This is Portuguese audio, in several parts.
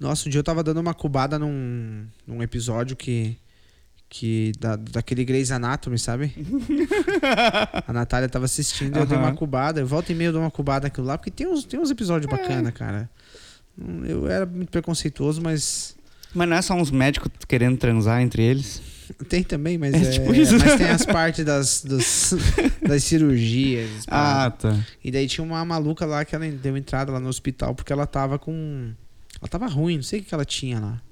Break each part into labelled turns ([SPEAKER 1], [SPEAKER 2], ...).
[SPEAKER 1] Nossa, um dia eu tava dando uma cubada num, num episódio que. que da, daquele Grey's Anatomy, sabe? a Natália tava assistindo, eu dei uma
[SPEAKER 2] Aham. É.
[SPEAKER 1] cubada. Eu volta e meia eu dou uma cubada aquilo lá, porque tem uns, tem uns episódios bacana, cara. Hum, Eu era muito preconceituoso, mas.
[SPEAKER 2] Mas não é só uns médicos querendo transar entre eles?
[SPEAKER 1] Tem também, mas.
[SPEAKER 2] É
[SPEAKER 1] É,
[SPEAKER 2] tipo isso.
[SPEAKER 1] Mas tem as partes das, das, das cirurgias. as
[SPEAKER 2] Ah, tá.
[SPEAKER 1] E daí tinha uma maluca lá que ela deu entrada lá no hospital porque ela tava com. Ela tava ruim, não sei o que que ela tinha lá.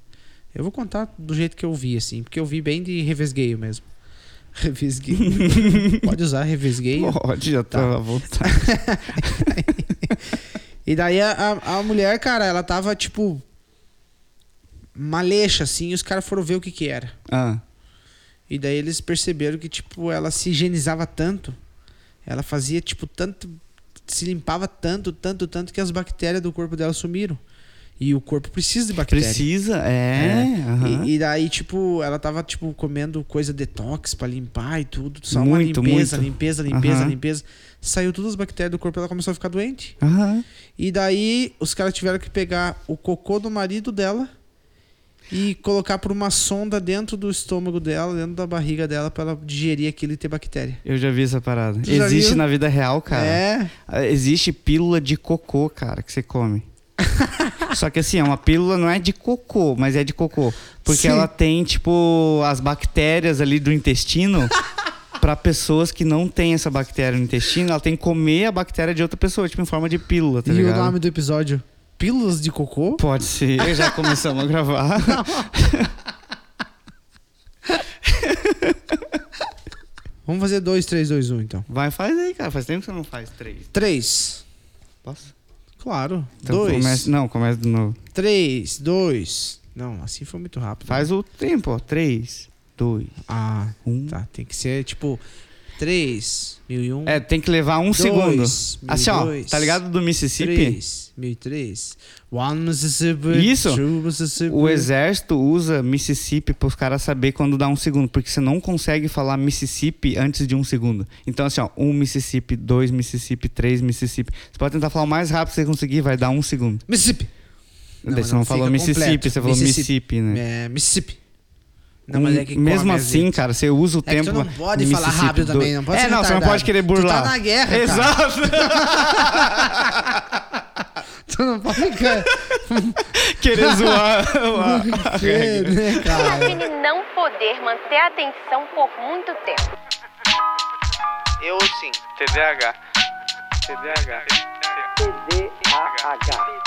[SPEAKER 1] Eu vou contar do jeito que eu vi, assim, porque eu vi bem de revesgueio mesmo. Revesgueio. Pode usar revesgueio.
[SPEAKER 2] Pode, já
[SPEAKER 1] Tá.
[SPEAKER 2] tá à vontade.
[SPEAKER 1] E daí a, a, a mulher, cara, ela tava tipo. Malecha, assim, e os caras foram ver o que que era.
[SPEAKER 2] Ah,
[SPEAKER 1] E daí eles perceberam que, tipo, ela se higienizava tanto. Ela fazia, tipo, tanto. Se limpava tanto, tanto, tanto que as bactérias do corpo dela sumiram. E o corpo precisa de bactérias.
[SPEAKER 2] precisa? É. aham.
[SPEAKER 1] E, e daí, tipo, ela tava, tipo, comendo coisa detox pra limpar e tudo. Só
[SPEAKER 2] Muito,
[SPEAKER 1] uma limpeza,
[SPEAKER 2] muito.
[SPEAKER 1] limpeza, limpeza,
[SPEAKER 2] Aham.
[SPEAKER 1] limpeza. Saiu todas as bactérias do corpo ela começou a ficar doente.
[SPEAKER 2] Aham.
[SPEAKER 1] E daí, os caras tiveram que pegar o cocô do marido dela e colocar por uma sonda dentro do estômago dela, dentro da barriga dela, pra ela digerir aquilo e ter bactéria.
[SPEAKER 2] Eu já vi essa parada.
[SPEAKER 1] Tu já
[SPEAKER 2] Existe
[SPEAKER 1] viu?
[SPEAKER 2] na vida real, cara. Ah,
[SPEAKER 1] É.
[SPEAKER 2] Existe pílula de cocô, cara, que você come. Só que assim, é uma pílula não é de cocô, mas é de cocô. Porque
[SPEAKER 1] Sim.
[SPEAKER 2] ela tem, tipo, as bactérias ali do intestino. Pra pessoas que não têm essa bactéria no intestino, ela tem que comer a bactéria de outra pessoa, tipo, em forma de pílula, tá
[SPEAKER 1] e
[SPEAKER 2] ligado?
[SPEAKER 1] o nome do episódio? Pílulas de cocô?
[SPEAKER 2] Pode ser, já começamos a gravar.
[SPEAKER 1] Vamos fazer 2, 3, 2, 1, então.
[SPEAKER 2] Vai, faz aí, cara. Faz tempo que você não faz três.
[SPEAKER 1] 3.
[SPEAKER 2] Posso?
[SPEAKER 1] Claro.
[SPEAKER 2] Então começa-
[SPEAKER 1] 2.
[SPEAKER 2] Não, começa de novo.
[SPEAKER 1] 3, 2. Não, assim foi muito rápido.
[SPEAKER 2] Faz o tempo, ó. Três, dois,
[SPEAKER 1] Ah,
[SPEAKER 2] um.
[SPEAKER 1] tá. Tem que ser tipo 3, 1001.
[SPEAKER 2] É, tem que levar um
[SPEAKER 1] Dois,
[SPEAKER 2] segundo.
[SPEAKER 1] mil
[SPEAKER 2] Assim, ó,
[SPEAKER 1] dois,
[SPEAKER 2] tá ligado do Mississippi?
[SPEAKER 1] 3, 1003. One Mississippi.
[SPEAKER 2] Isso.
[SPEAKER 1] Two Mississippi.
[SPEAKER 2] O exército usa Mississippi pros caras saber quando dá um segundo, porque você não consegue falar Mississippi antes de um segundo. Então, assim, ó, um Mississippi, dois Mississippi, três Mississippi. Você pode tentar falar o mais rápido que você conseguir, vai dar um segundo.
[SPEAKER 1] Mississippi. Não,
[SPEAKER 2] Daí você
[SPEAKER 1] não,
[SPEAKER 2] não falou
[SPEAKER 1] fica
[SPEAKER 2] Mississippi,
[SPEAKER 1] completo.
[SPEAKER 2] você falou
[SPEAKER 1] Mississippi.
[SPEAKER 2] Mississippi, né?
[SPEAKER 1] É, Mississippi. Não,
[SPEAKER 2] Um-
[SPEAKER 1] mas é que
[SPEAKER 2] mesmo
[SPEAKER 1] come
[SPEAKER 2] assim,
[SPEAKER 1] azeite.
[SPEAKER 2] cara, você usa o
[SPEAKER 1] É
[SPEAKER 2] tempo.
[SPEAKER 1] que tu não pode falar
[SPEAKER 2] Mississippi
[SPEAKER 1] rápido
[SPEAKER 2] do-
[SPEAKER 1] também, não pode
[SPEAKER 2] É,
[SPEAKER 1] ser
[SPEAKER 2] não, você não
[SPEAKER 1] retardado.
[SPEAKER 2] pode querer
[SPEAKER 1] Tu tá
[SPEAKER 2] burlar.
[SPEAKER 1] na guerra, cara.
[SPEAKER 2] Exato.
[SPEAKER 1] Tu não pode ficar.
[SPEAKER 2] Tá querer zoar. a- a
[SPEAKER 1] É,
[SPEAKER 2] regra.
[SPEAKER 1] né, cara?
[SPEAKER 3] Imagine não poder manter a atenção por muito tempo.
[SPEAKER 4] Eu sim. TDAH. TDAH. TDAH.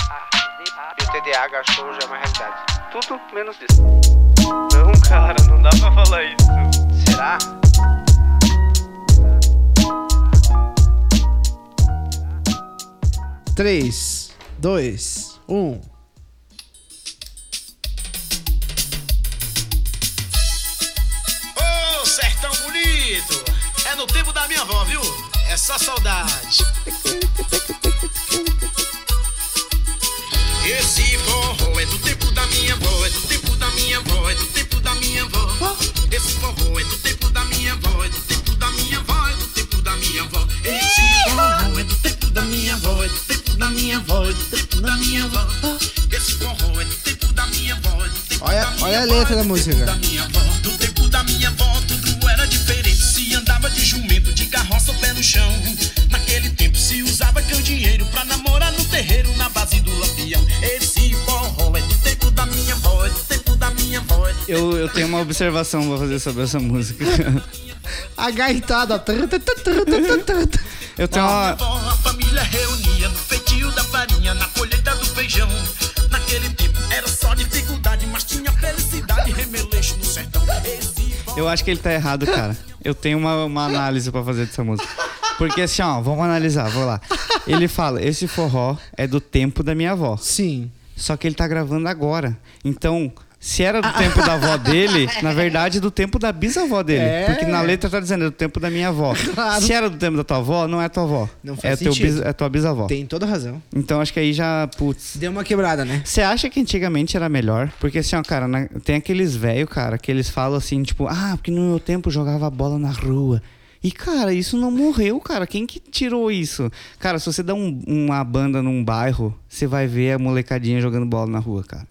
[SPEAKER 4] E o TDAH show já é uma realidade. Tudo menos isso. Não, cara, não dá pra falar isso. Será?
[SPEAKER 1] Três, dois, um.
[SPEAKER 5] Ô, sertão bonito! É no tempo da minha avó, viu? É só saudade. Esse forró é do tempo da minha avó, é do tempo da minha avó, é do tempo da minha avó. Esse forró é do tempo da minha avó, é do tempo da minha avó, é do tempo da minha avó. Esse forró é do tempo da minha avó, é do tempo da minha avó, é do tempo da minha avó. Esse forró é do tempo da minha avó, é do tempo
[SPEAKER 1] Olha-
[SPEAKER 5] da minha
[SPEAKER 1] olha a
[SPEAKER 5] avó,
[SPEAKER 1] letra
[SPEAKER 5] é
[SPEAKER 1] da
[SPEAKER 5] do
[SPEAKER 1] música,
[SPEAKER 5] tempo
[SPEAKER 1] cara.
[SPEAKER 5] da minha avó. Do tempo da minha avó, tudo era diferente. Se andava de jumento, de carroça, ou pé no chão. Naquele tempo se usava candeeiro pra namorar no terreiro, na base do lampião. Esse forró é do tempo da minha avó, é do tempo da minha avó. É do
[SPEAKER 2] Eu, eu tenho uma observação pra fazer sobre essa música.
[SPEAKER 1] A gaitada.
[SPEAKER 2] Eu tenho uma.
[SPEAKER 5] Vó, a família reunia no feitio da farinha, na colheita do feijão. Naquele tempo era só dificuldade, mas tinha felicidade, remeleixo no sertão. Esse forró
[SPEAKER 2] Eu acho que ele tá errado, cara. Eu tenho uma, uma análise pra fazer dessa música. Porque assim, ó, vamos analisar, vou lá. Ele fala, esse forró é do tempo da minha avó.
[SPEAKER 1] Sim.
[SPEAKER 2] Só que ele tá gravando agora. Então, se era do tempo da avó dele, na verdade é do tempo da bisavó dele.
[SPEAKER 1] É.
[SPEAKER 2] Porque na letra tá dizendo, é do tempo da minha avó.
[SPEAKER 1] Claro.
[SPEAKER 2] Se era do tempo da tua avó, não é tua avó.
[SPEAKER 1] Não faz
[SPEAKER 2] é, teu
[SPEAKER 1] sentido.
[SPEAKER 2] bis- é tua bisavó.
[SPEAKER 1] Tem toda razão.
[SPEAKER 2] Então acho que aí já, putz.
[SPEAKER 1] Deu uma quebrada, né?
[SPEAKER 2] Você acha que antigamente era melhor? Porque assim, ó, cara, na- tem aqueles velho, cara, que eles falam assim, tipo, ah, porque no meu tempo eu jogava bola na rua. E, cara, isso não morreu, cara. Quem que tirou isso? Cara, se você dá um- uma banda num bairro, você vai ver a molecadinha jogando bola na rua, cara.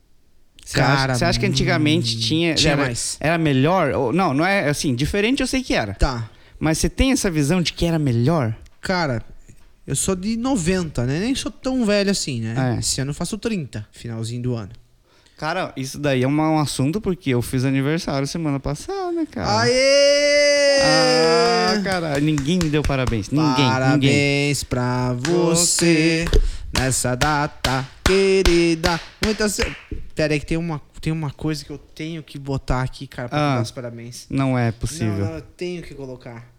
[SPEAKER 2] Você acha-
[SPEAKER 1] Cara, hum,
[SPEAKER 2] você acha que antigamente tinha.
[SPEAKER 1] tinha
[SPEAKER 2] era,
[SPEAKER 1] mais.
[SPEAKER 2] era melhor? Ou- não, não é assim. Diferente eu sei que era.
[SPEAKER 1] Tá.
[SPEAKER 2] Mas você tem essa visão de que era melhor?
[SPEAKER 1] Cara, eu sou de 90, né? Nem sou tão velho assim, né?
[SPEAKER 2] É.
[SPEAKER 1] Esse ano eu faço 30, finalzinho do ano.
[SPEAKER 2] Cara, isso daí é uma- um assunto porque eu fiz aniversário semana passada, cara.
[SPEAKER 1] Aê!
[SPEAKER 2] Ah, cara, ninguém me deu parabéns. Ninguém, ninguém.
[SPEAKER 1] Parabéns pra você nessa data querida. Muitas. Pera aí, que tem uma, tem uma coisa que eu tenho que botar aqui, cara, pra
[SPEAKER 2] Ah.
[SPEAKER 1] dar os parabéns.
[SPEAKER 2] Não é
[SPEAKER 1] Não,
[SPEAKER 2] possível.
[SPEAKER 1] não, eu tenho que colocar.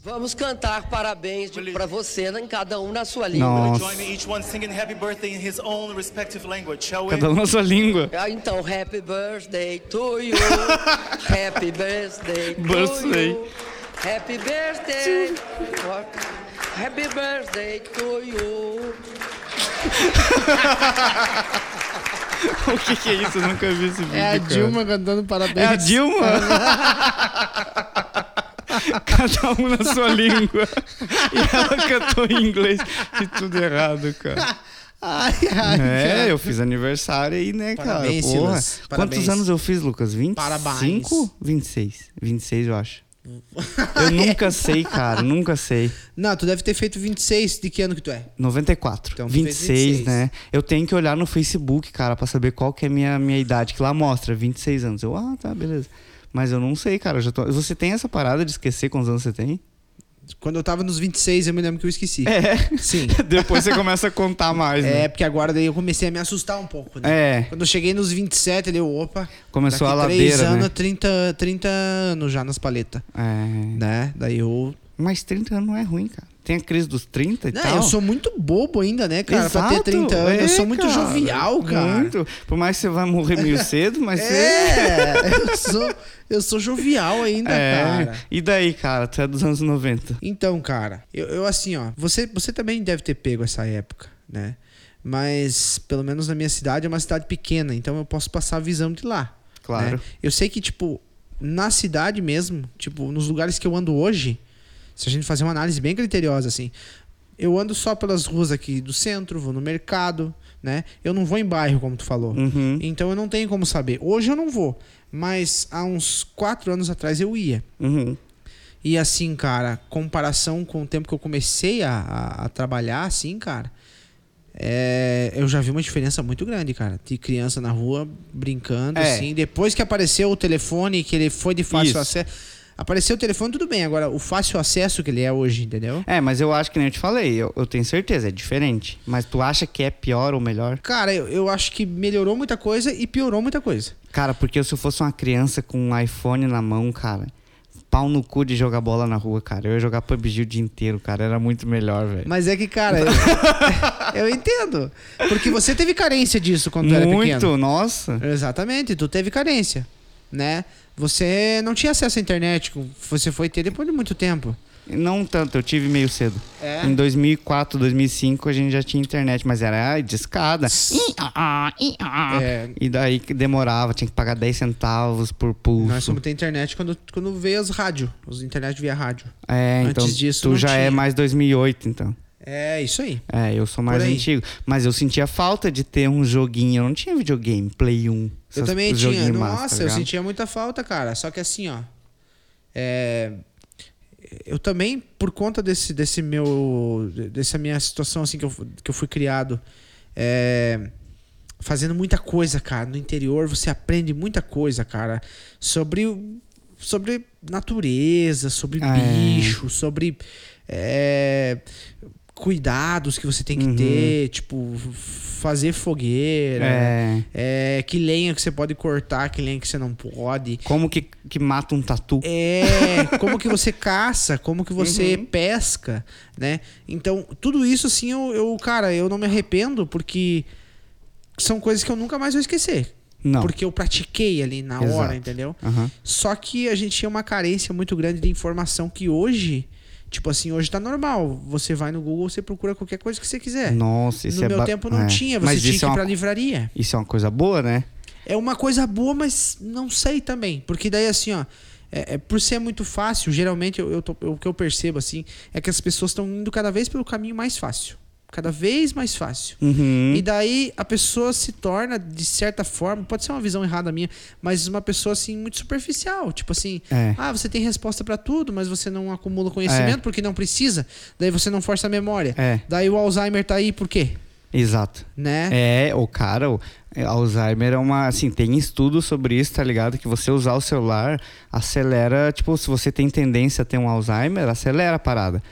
[SPEAKER 6] Vamos cantar parabéns de- pra você, né, em cada um na sua língua.
[SPEAKER 2] Nossa,
[SPEAKER 7] Join me, each one singing happy birthday in his own respective language, shall we?
[SPEAKER 2] cada um na sua língua.
[SPEAKER 6] Ah, então, happy birthday to you. happy birthday to
[SPEAKER 2] Birthday.
[SPEAKER 6] you. Happy birthday. happy birthday to you.
[SPEAKER 2] O que, que é isso? Eu nunca vi esse vídeo.
[SPEAKER 1] É
[SPEAKER 2] cara.
[SPEAKER 1] cantando parabéns.
[SPEAKER 2] É a Dilma? Cada um na sua língua. E ela cantou em inglês. Que tudo errado, cara.
[SPEAKER 1] Ai, ai,
[SPEAKER 2] É, eu fiz aniversário aí, né, cara?
[SPEAKER 1] Parabéns,
[SPEAKER 2] Porra.
[SPEAKER 1] Silas. Parabéns.
[SPEAKER 2] Quantos anos eu fiz, Lucas? 25?
[SPEAKER 1] Parabéns.
[SPEAKER 2] 26. 26, eu acho. Eu nunca sei, cara. Nunca sei.
[SPEAKER 1] Não, tu deve ter feito 26. De que ano que tu é?
[SPEAKER 2] 94.
[SPEAKER 1] Então, tu fez
[SPEAKER 2] 26, né? Eu tenho que olhar no Facebook, cara, pra saber qual que é a minha, minha idade, que lá mostra 26 anos. Eu, ah, tá, beleza. Mas eu não sei, cara. eu já tô... Você tem essa parada de esquecer quantos anos você tem?
[SPEAKER 1] Quando eu tava nos 26, eu me lembro que eu esqueci.
[SPEAKER 2] É.
[SPEAKER 1] Sim.
[SPEAKER 2] Depois você começa a contar mais,
[SPEAKER 1] É,
[SPEAKER 2] né?
[SPEAKER 1] porque agora daí eu comecei a me assustar um pouco, né?
[SPEAKER 2] É.
[SPEAKER 1] Quando eu cheguei nos 27, ele, opa.
[SPEAKER 2] Começou
[SPEAKER 1] daqui
[SPEAKER 2] a
[SPEAKER 1] Três
[SPEAKER 2] ladeira,
[SPEAKER 1] anos,
[SPEAKER 2] né?
[SPEAKER 1] 30, 30 anos já nas paletas,
[SPEAKER 2] É.
[SPEAKER 1] né? Daí eu.
[SPEAKER 2] Mas 30 anos não é ruim, cara. Tem a crise dos 30 e
[SPEAKER 1] Não,
[SPEAKER 2] tal.
[SPEAKER 1] eu sou muito bobo ainda, né, cara? pra ter
[SPEAKER 2] Exato,
[SPEAKER 1] 30 anos,
[SPEAKER 2] é,
[SPEAKER 1] eu sou muito
[SPEAKER 2] cara.
[SPEAKER 1] jovial, cara.
[SPEAKER 2] Muito. Por mais que você vá morrer meio cedo, mas você...
[SPEAKER 1] É, eu sou, eu sou jovial ainda, cara.
[SPEAKER 2] É. E daí, cara? Tu é dos anos 90.
[SPEAKER 1] Então, cara, eu, eu assim, ó, você, você também deve ter pego essa época, né? Mas, pelo menos na minha cidade, é uma cidade pequena, então eu posso passar a visão de lá.
[SPEAKER 2] Claro.
[SPEAKER 1] né? Eu sei que, tipo, na cidade mesmo, tipo, nos lugares que eu ando hoje, se a gente fazer uma análise bem criteriosa, assim, eu ando só pelas ruas aqui do centro, vou no mercado, né? Eu não vou em bairro, como tu falou. Então eu não tenho como saber. Hoje eu não vou, mas há uns quatro anos atrás eu ia.
[SPEAKER 2] Uhum.
[SPEAKER 1] E assim, cara, comparação com o tempo que eu comecei a, a- a trabalhar, assim, cara, é, eu já vi uma diferença muito grande, cara. De criança na rua brincando,
[SPEAKER 2] É.
[SPEAKER 1] assim. Depois que apareceu o telefone, que ele foi de fácil
[SPEAKER 2] Isso.
[SPEAKER 1] acesso. Apareceu o telefone, tudo bem. Agora, o fácil acesso que ele é hoje, entendeu?
[SPEAKER 2] É, mas eu acho que nem eu te falei, eu, eu tenho certeza, é diferente. Mas tu acha que é pior ou melhor?
[SPEAKER 1] Cara, eu, eu acho que melhorou muita coisa e piorou muita coisa.
[SPEAKER 2] Cara, porque se eu fosse uma criança com um iPhone na mão, cara, pau no cu de jogar bola na rua, cara. Eu ia jogar PUBG o dia inteiro, cara. Era muito melhor, velho.
[SPEAKER 1] Mas é que, cara, eu, eu entendo. Porque você teve carência disso quando tu era
[SPEAKER 2] Muito,
[SPEAKER 1] pequeno.
[SPEAKER 2] nossa.
[SPEAKER 1] Exatamente, tu teve carência, né? Você não tinha acesso à internet, você foi ter depois de muito tempo.
[SPEAKER 2] Não tanto, eu tive meio cedo.
[SPEAKER 1] É?
[SPEAKER 2] Em 2004, 2005, a gente já tinha internet, mas era de escada. Ih, ah, ah, ih, ah.
[SPEAKER 1] É.
[SPEAKER 2] E daí que demorava, tinha que pagar 10 centavos por pulso.
[SPEAKER 1] Nós fomos ter internet quando, quando veio as rádio, os internet via rádio.
[SPEAKER 2] É,
[SPEAKER 1] Antes
[SPEAKER 2] então
[SPEAKER 1] disso,
[SPEAKER 2] tu
[SPEAKER 1] não
[SPEAKER 2] já
[SPEAKER 1] tinha.
[SPEAKER 2] é mais 2008, então.
[SPEAKER 1] É, isso aí.
[SPEAKER 2] É, eu sou mais
[SPEAKER 1] Por aí.
[SPEAKER 2] antigo. Mas eu sentia falta de ter um joguinho. Eu não tinha videogame, Play 1.
[SPEAKER 1] eu
[SPEAKER 2] essas-
[SPEAKER 1] também
[SPEAKER 2] os
[SPEAKER 1] tinha.
[SPEAKER 2] joguinhos massa, tá
[SPEAKER 1] Nossa, eu
[SPEAKER 2] ligado?
[SPEAKER 1] sentia muita falta, cara. Só que assim, ó. é, eu também, por conta desse, desse meu. dessa minha situação assim que eu, fu- que eu fui criado. é, fazendo muita coisa, cara. No interior você aprende muita coisa, cara. Sobre. o- Sobre natureza, sobre
[SPEAKER 2] Ah, é.
[SPEAKER 1] bicho, sobre. é, cuidados que você tem
[SPEAKER 2] Uhum.
[SPEAKER 1] que ter, tipo, fazer fogueira.
[SPEAKER 2] É.
[SPEAKER 1] É, que lenha que você pode cortar, que lenha que você não pode.
[SPEAKER 2] Como que, que mata um tatu?
[SPEAKER 1] É, como que você caça, como que você
[SPEAKER 2] Uhum.
[SPEAKER 1] pesca, né? Então, tudo isso, assim, eu, eu, cara, eu não me arrependo, porque são coisas que eu nunca mais vou esquecer.
[SPEAKER 2] Não.
[SPEAKER 1] Porque eu pratiquei ali na hora,
[SPEAKER 2] Exato.
[SPEAKER 1] entendeu?
[SPEAKER 2] Aham.
[SPEAKER 1] Só que a gente tinha uma carência muito grande de informação que hoje, tipo assim, hoje tá normal. Você vai no Google, você procura qualquer coisa que você quiser.
[SPEAKER 2] Nossa, isso
[SPEAKER 1] no
[SPEAKER 2] é
[SPEAKER 1] meu
[SPEAKER 2] ba-
[SPEAKER 1] tempo não
[SPEAKER 2] é.
[SPEAKER 1] tinha, você
[SPEAKER 2] Mas
[SPEAKER 1] tinha
[SPEAKER 2] isso
[SPEAKER 1] que
[SPEAKER 2] é
[SPEAKER 1] ir
[SPEAKER 2] uma
[SPEAKER 1] pra
[SPEAKER 2] co-
[SPEAKER 1] livraria.
[SPEAKER 2] Isso é uma coisa boa, né?
[SPEAKER 1] É uma coisa boa, mas não sei também. Porque daí, assim, ó. É, é, por ser muito fácil, geralmente eu, eu tô- eu- o que eu percebo, assim, é que as pessoas estão indo cada vez pelo caminho mais fácil. Cada vez mais fácil.
[SPEAKER 2] Uhum.
[SPEAKER 1] E daí a pessoa se torna, de certa forma, pode ser uma visão errada minha, mas uma pessoa assim muito superficial. Tipo assim,
[SPEAKER 2] É.
[SPEAKER 1] ah, você tem resposta pra tudo, mas você não acumula conhecimento porque não precisa. Daí você não força a memória.
[SPEAKER 2] É.
[SPEAKER 1] Daí o Alzheimer tá aí por quê?
[SPEAKER 2] Exato.
[SPEAKER 1] Né?
[SPEAKER 2] É, o cara, o é, Alzheimer é uma. Assim, tem estudo sobre isso, tá ligado? Que você usar o celular acelera. Tipo, se você tem tendência a ter um Alzheimer, acelera a parada.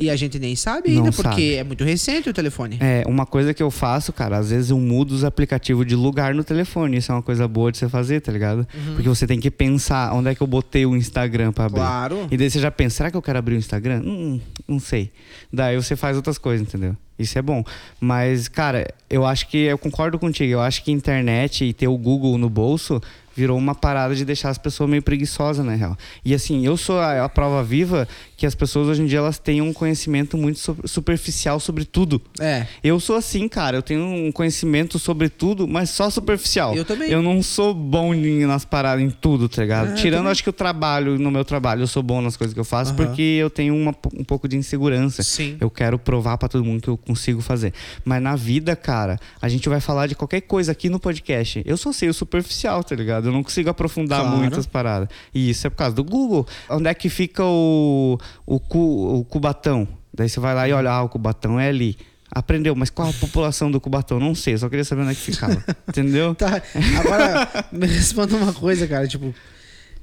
[SPEAKER 1] E a gente nem sabe
[SPEAKER 2] Não
[SPEAKER 1] ainda, porque
[SPEAKER 2] sabe.
[SPEAKER 1] é muito recente o telefone.
[SPEAKER 2] É, uma coisa que eu faço, cara, às vezes eu mudo os aplicativos de lugar no telefone. Isso é uma coisa boa de você fazer, tá ligado?
[SPEAKER 1] Uhum.
[SPEAKER 2] Porque você tem que pensar onde é que eu botei o Instagram pra abrir.
[SPEAKER 1] Claro.
[SPEAKER 2] E daí você já pensa, será que eu quero abrir o Instagram? Hum, não sei. Daí você faz outras coisas, entendeu? Isso é bom. Mas, cara, eu acho que eu concordo contigo. Eu acho que internet e ter o Google no bolso virou uma parada de deixar as pessoas meio preguiçosas, na real. E assim, eu sou a, a prova viva que as pessoas hoje em dia elas têm um conhecimento muito su- superficial sobre tudo.
[SPEAKER 1] É.
[SPEAKER 2] Eu sou assim, cara. Eu tenho um conhecimento sobre tudo, mas só superficial.
[SPEAKER 1] Eu também. É,
[SPEAKER 2] Eu não sou bom em, nas paradas, em tudo, tá ligado? Tirando, acho que o trabalho, no meu trabalho, eu sou bom nas coisas que eu faço, porque eu tenho uma- um pouco de insegurança.
[SPEAKER 1] Sim.
[SPEAKER 2] Eu quero provar pra todo mundo que eu consigo fazer. Mas na vida, cara, a gente vai falar de qualquer coisa aqui no podcast. Eu só sei o superficial, tá ligado? Eu não consigo aprofundar
[SPEAKER 1] Claro.
[SPEAKER 2] muito as paradas. E isso é por causa do Google. Onde é que fica o, o, cu- o Cubatão? Daí você vai lá e olha, ah, o Cubatão é ali. Aprendeu, mas qual a população do Cubatão? Não sei, só queria saber onde é que ficava. Entendeu?
[SPEAKER 1] Tá. Agora, me responda uma coisa, cara. Tipo,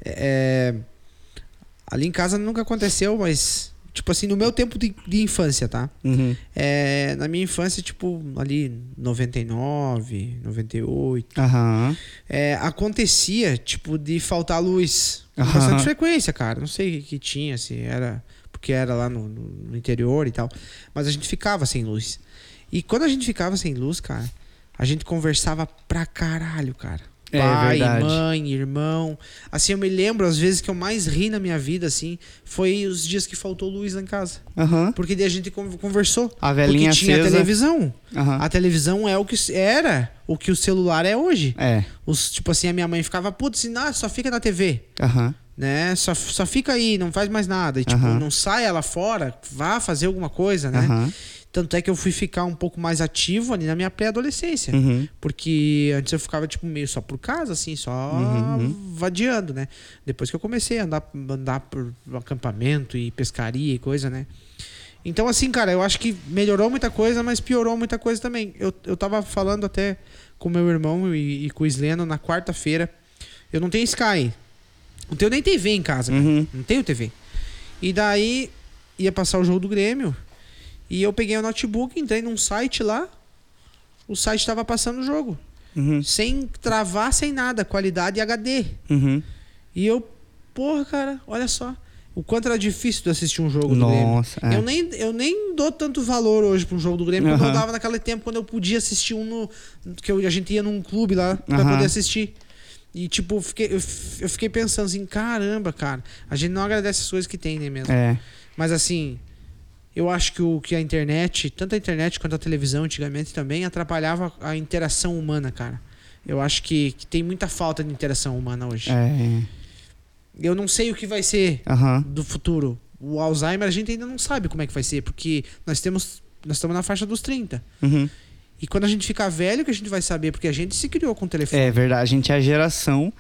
[SPEAKER 1] é, ali em casa nunca aconteceu, mas, tipo assim, no meu tempo de, de infância, tá?
[SPEAKER 2] Uhum.
[SPEAKER 1] É, na minha infância, tipo, ali 99, 98,
[SPEAKER 2] Aham.
[SPEAKER 1] é, acontecia, tipo, de faltar luz. Com
[SPEAKER 2] Aham.
[SPEAKER 1] bastante frequência, cara. Não sei o que tinha, se era. Porque era lá no, no- no interior e tal. Mas a gente ficava sem luz. E quando a gente ficava sem luz, cara, a gente conversava pra caralho, cara.
[SPEAKER 2] É,
[SPEAKER 1] Pai,
[SPEAKER 2] verdade.
[SPEAKER 1] mãe, irmão. Assim, eu me lembro, às vezes, que eu mais ri na minha vida, assim, foi os dias que faltou luz lá em casa.
[SPEAKER 2] Aham.
[SPEAKER 1] Porque daí a gente con- conversou.
[SPEAKER 2] A velhinha
[SPEAKER 1] Porque tinha
[SPEAKER 2] acesa.
[SPEAKER 1] a televisão.
[SPEAKER 2] Aham.
[SPEAKER 1] A televisão é o que era, o que o celular é hoje.
[SPEAKER 2] É.
[SPEAKER 1] Os, tipo assim, a minha mãe ficava, putz, assim, "Ah, só fica na TV.
[SPEAKER 2] Aham.
[SPEAKER 1] Né? Só, só fica aí, não faz mais nada. E, tipo,
[SPEAKER 2] Aham.
[SPEAKER 1] não sai ela fora, vá fazer alguma coisa, né?
[SPEAKER 2] Aham.
[SPEAKER 1] Tanto é que eu fui ficar um pouco mais ativo ali na minha pré-adolescência.
[SPEAKER 2] Uhum.
[SPEAKER 1] Porque antes eu ficava, tipo, meio só por casa, assim, só
[SPEAKER 2] Uhum,
[SPEAKER 1] vadiando, né? Depois que eu comecei a andar, andar por acampamento e pescaria e coisa, né? Então, assim, cara, eu acho que melhorou muita coisa, mas piorou muita coisa também. Eu, eu tava falando até com meu irmão e, e com o Isleno na quarta-feira. Eu não tenho Sky. Não tenho nem TV em casa, cara.
[SPEAKER 2] Uhum.
[SPEAKER 1] Não tenho TV. E daí ia passar o jogo do Grêmio. E eu peguei o notebook, entrei num site lá. O site tava passando o jogo.
[SPEAKER 2] Uhum.
[SPEAKER 1] Sem travar, sem nada. Qualidade HD.
[SPEAKER 2] Uhum.
[SPEAKER 1] E eu, porra, cara, olha só. O quanto era difícil de assistir um jogo do Grêmio.
[SPEAKER 2] Nossa, é.
[SPEAKER 1] Eu, nem, eu nem dou tanto valor hoje pra um jogo do Grêmio, como eu
[SPEAKER 2] Aham.
[SPEAKER 1] dava naquele tempo quando eu podia assistir um no. Que eu- a gente ia num clube lá pra
[SPEAKER 2] Aham.
[SPEAKER 1] poder assistir. E, tipo, eu fiquei, eu, f- eu fiquei pensando assim, caramba, cara, a gente não agradece as coisas que tem, né mesmo?
[SPEAKER 2] É.
[SPEAKER 1] Mas assim, eu acho que, o, que a internet, tanto a internet quanto a televisão antigamente também, atrapalhava a interação humana, cara. Eu acho que, que tem muita falta de interação humana hoje.
[SPEAKER 2] É. Ah.
[SPEAKER 1] Eu não sei o que vai ser
[SPEAKER 2] Aham.
[SPEAKER 1] do futuro. O Alzheimer a gente ainda não sabe como é que vai ser, porque nós temos. Nós estamos na faixa dos 30.
[SPEAKER 2] Uhum.
[SPEAKER 1] E quando a gente ficar velho, que a gente vai saber, porque a gente se criou com o telefone.
[SPEAKER 2] É verdade, a gente é a geração.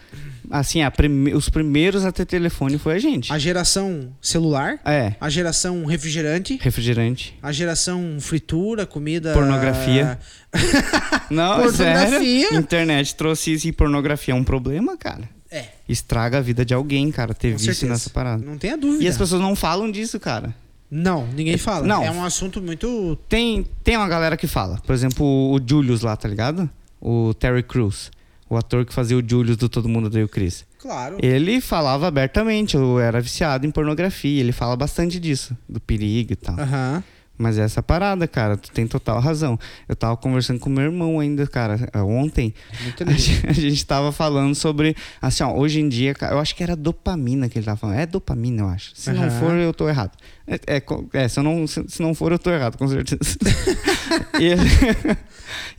[SPEAKER 2] Assim, a prime- os primeiros a ter telefone foi a gente.
[SPEAKER 1] A geração celular,
[SPEAKER 2] É,
[SPEAKER 1] a geração refrigerante,
[SPEAKER 2] refrigerante.
[SPEAKER 1] a geração fritura, comida.
[SPEAKER 2] Pornografia. Não,
[SPEAKER 1] Pornografia.
[SPEAKER 2] sério. Internet trouxe isso e pornografia é um problema, cara.
[SPEAKER 1] É.
[SPEAKER 2] Estraga a vida de alguém, cara, ter
[SPEAKER 1] Com
[SPEAKER 2] vício
[SPEAKER 1] certeza.
[SPEAKER 2] nessa parada.
[SPEAKER 1] Não tenha dúvida.
[SPEAKER 2] E as pessoas não falam disso, cara.
[SPEAKER 1] Não, ninguém fala.
[SPEAKER 2] Não.
[SPEAKER 1] É um assunto muito.
[SPEAKER 2] Tem, tem uma galera que fala. Por exemplo, o Julius lá, tá ligado? O Terry Crews. O ator que fazia o Julius do Todo Mundo Odeia o Chris.
[SPEAKER 1] Claro.
[SPEAKER 2] Ele falava abertamente, eu era viciado em pornografia. Ele fala bastante disso, do perigo e tal.
[SPEAKER 1] Aham.
[SPEAKER 2] Mas é essa parada, cara, tu tem total razão. Eu tava conversando com meu irmão ainda, cara, é, ontem.
[SPEAKER 1] Muito
[SPEAKER 2] A
[SPEAKER 1] lindo.
[SPEAKER 2] gente, a gente tava falando sobre, assim, ó, hoje em dia, cara, eu acho que era dopamina que ele tava falando. É dopamina, eu acho. Se não
[SPEAKER 1] Aham.
[SPEAKER 2] for, eu tô errado. É, é, co- é, se, eu não, se, se não for, eu tô errado, com certeza. E ele,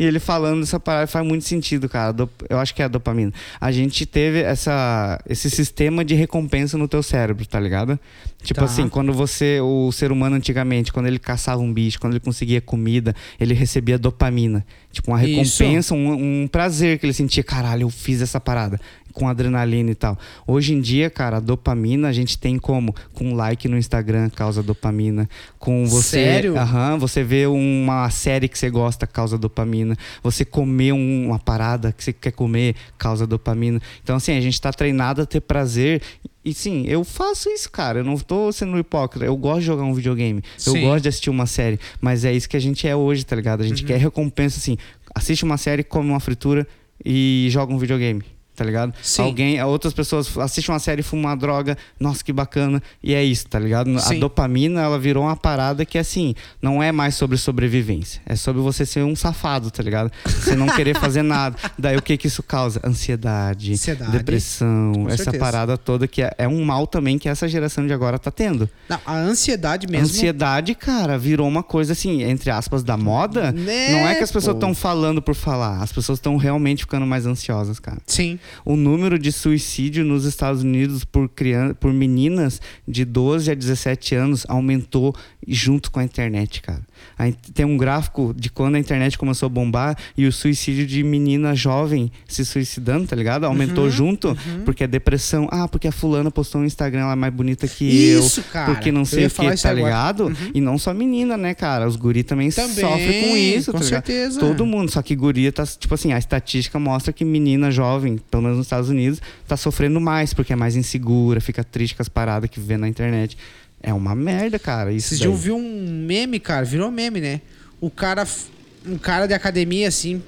[SPEAKER 2] e ele falando essa parada faz muito sentido, cara. Dop- Eu acho que é a dopamina. A gente teve essa, esse sistema de recompensa no teu cérebro, tá ligado? Tipo
[SPEAKER 1] Tá.
[SPEAKER 2] assim, quando você, o ser humano antigamente, quando ele caçava um bicho, quando ele conseguia comida, ele recebia dopamina. Tipo, uma
[SPEAKER 1] Isso.
[SPEAKER 2] recompensa, um, um prazer que ele sentia. Caralho, eu fiz essa parada. Com adrenalina e tal. Hoje em dia, cara, a dopamina a gente tem como? Com like no Instagram causa dopamina. Com você.
[SPEAKER 1] Sério?
[SPEAKER 2] Aham, você vê uma série que você gosta, causa dopamina. Você comer um- uma parada que você quer comer, causa dopamina. Então, assim, a gente tá treinado a ter prazer. E sim, eu faço isso, cara. Eu não tô sendo hipócrita. Eu gosto de jogar um videogame.
[SPEAKER 1] Sim.
[SPEAKER 2] Eu gosto de assistir uma série. Mas é isso que a gente é hoje, tá ligado? A gente
[SPEAKER 1] Uhum.
[SPEAKER 2] quer recompensa, assim. Assiste uma série, come uma fritura e joga um videogame. Tá ligado?
[SPEAKER 1] Sim.
[SPEAKER 2] Alguém, outras pessoas assistem uma série, fumam uma droga, nossa, que bacana. E é isso, tá ligado? A
[SPEAKER 1] Sim.
[SPEAKER 2] dopamina, ela virou uma parada que, assim, não é mais sobre sobrevivência. É sobre você ser um safado, tá ligado? Você não querer fazer nada. Daí o que que isso causa? Ansiedade,
[SPEAKER 1] Ansiedade.
[SPEAKER 2] depressão, essa
[SPEAKER 1] certeza.
[SPEAKER 2] parada toda que é, é um mal também que essa geração de agora tá tendo.
[SPEAKER 1] Não, a ansiedade mesmo.
[SPEAKER 2] Ansiedade, cara, virou uma coisa assim, entre aspas, da moda.
[SPEAKER 1] Né,
[SPEAKER 2] não é que as pessoas
[SPEAKER 1] pô.
[SPEAKER 2] estão falando por falar, as pessoas estão realmente ficando mais ansiosas, cara
[SPEAKER 1] Sim.
[SPEAKER 2] o número de suicídio nos Estados Unidos por, crian por meninas de 12 a 17 anos aumentou junto com a internet, cara. A in- tem um gráfico de quando a internet começou a bombar e o suicídio de menina jovem se suicidando, tá ligado? Aumentou
[SPEAKER 1] Uhum,
[SPEAKER 2] junto, porque a depressão. Ah, porque a fulana postou no Instagram, ela é mais bonita que
[SPEAKER 1] Isso,
[SPEAKER 2] eu.
[SPEAKER 1] cara.
[SPEAKER 2] Porque não
[SPEAKER 1] Eu
[SPEAKER 2] sei
[SPEAKER 1] ia
[SPEAKER 2] o
[SPEAKER 1] falar
[SPEAKER 2] que,
[SPEAKER 1] isso
[SPEAKER 2] tá
[SPEAKER 1] agora. Uhum.
[SPEAKER 2] ligado? E não só menina, né, cara? Os guri também,
[SPEAKER 1] Também,
[SPEAKER 2] sofrem com isso,
[SPEAKER 1] com
[SPEAKER 2] tá ligado?
[SPEAKER 1] certeza.
[SPEAKER 2] Todo mundo, só que guria tá, tipo assim, a estatística mostra que menina jovem, pelo menos nos Estados Unidos, tá sofrendo mais, porque é mais insegura, fica triste com as paradas que vê na internet. É uma merda, cara. Isso
[SPEAKER 1] Esses
[SPEAKER 2] daí.
[SPEAKER 1] dias eu vi um meme, cara, virou meme, né? O cara, f- um cara de academia, assim,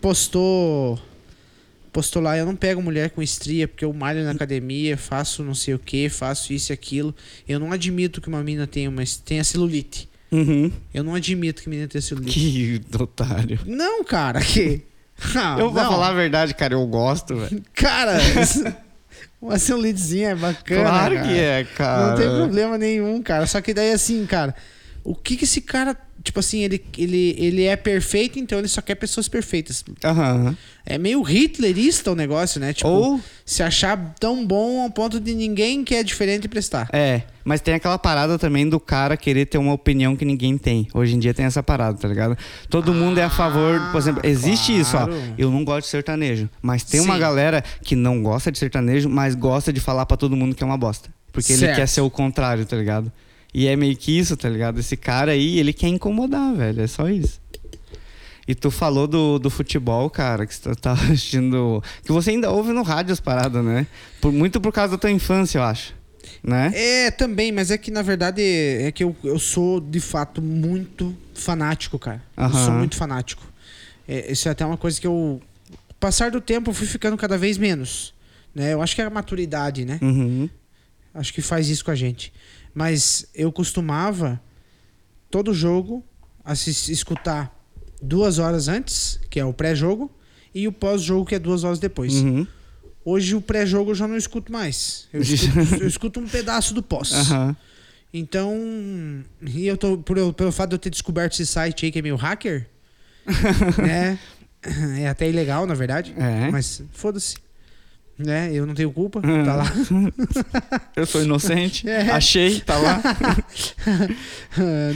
[SPEAKER 1] postou, postou lá, eu não pego mulher com estria, porque eu malho na academia, faço não sei o que, faço isso e aquilo. Eu não admito que uma mina tenha, uma, tenha celulite.
[SPEAKER 2] Uhum.
[SPEAKER 1] Eu não admito que menina tenha celulite.
[SPEAKER 2] Que otário.
[SPEAKER 1] Não, cara, que... Ah,
[SPEAKER 2] eu vou
[SPEAKER 1] não.
[SPEAKER 2] falar a verdade, cara, eu gosto, velho.
[SPEAKER 1] Cara, uma celulitezinha é bacana,
[SPEAKER 2] Claro
[SPEAKER 1] cara.
[SPEAKER 2] que é, cara.
[SPEAKER 1] Não tem problema nenhum, cara. Só que daí, assim, cara, o que que esse cara. Tipo assim, ele, ele, ele é perfeito, então ele só quer pessoas perfeitas.
[SPEAKER 2] Aham.
[SPEAKER 1] É meio hitlerista o negócio, né? Tipo,
[SPEAKER 2] Ou-
[SPEAKER 1] se achar tão bom ao ponto de ninguém que é diferente prestar.
[SPEAKER 2] É, mas tem aquela parada também do cara querer ter uma opinião que ninguém tem. Hoje em dia tem essa parada, tá ligado? Todo mundo é a favor, por exemplo, existe isso, ó.
[SPEAKER 1] Ah, claro.
[SPEAKER 2] Eu não gosto de sertanejo, mas tem uma
[SPEAKER 1] Sim.
[SPEAKER 2] galera que não gosta de sertanejo, mas gosta de falar pra todo mundo que é uma bosta, porque ele
[SPEAKER 1] Certo.
[SPEAKER 2] quer ser o contrário, tá ligado? E é meio que isso, tá ligado? Esse cara aí, ele quer incomodar, velho, é só isso. E tu falou do, do futebol, cara, que você tá assistindo. Que você ainda ouve no rádio as paradas, né? Por, muito por causa da tua infância, eu acho. Né?
[SPEAKER 1] É, também, mas é que na verdade é que eu, eu sou de fato muito fanático, cara. Eu
[SPEAKER 2] Aham.
[SPEAKER 1] sou muito fanático. É, isso é até uma coisa que eu. com o Passar do tempo eu fui ficando cada vez menos. Né? Eu acho que é a maturidade, né?
[SPEAKER 2] Uhum.
[SPEAKER 1] Acho que faz isso com a gente. Mas eu costumava, todo jogo, assis- escutar duas horas antes, que é o pré-jogo, e o pós-jogo, que é duas horas depois.
[SPEAKER 2] Uhum.
[SPEAKER 1] Hoje o pré-jogo eu já não escuto mais. Eu escuto, eu escuto um pedaço do pós.
[SPEAKER 2] Aham.
[SPEAKER 1] Então, e eu tô, por eu- pelo fato de eu ter descoberto esse site aí que é meio hacker, né? É até ilegal, na verdade.
[SPEAKER 2] É.
[SPEAKER 1] Mas foda-se. Né? Eu não tenho culpa, tá lá.
[SPEAKER 2] Eu sou inocente.
[SPEAKER 1] É.
[SPEAKER 2] Achei, tá lá.
[SPEAKER 1] Ah,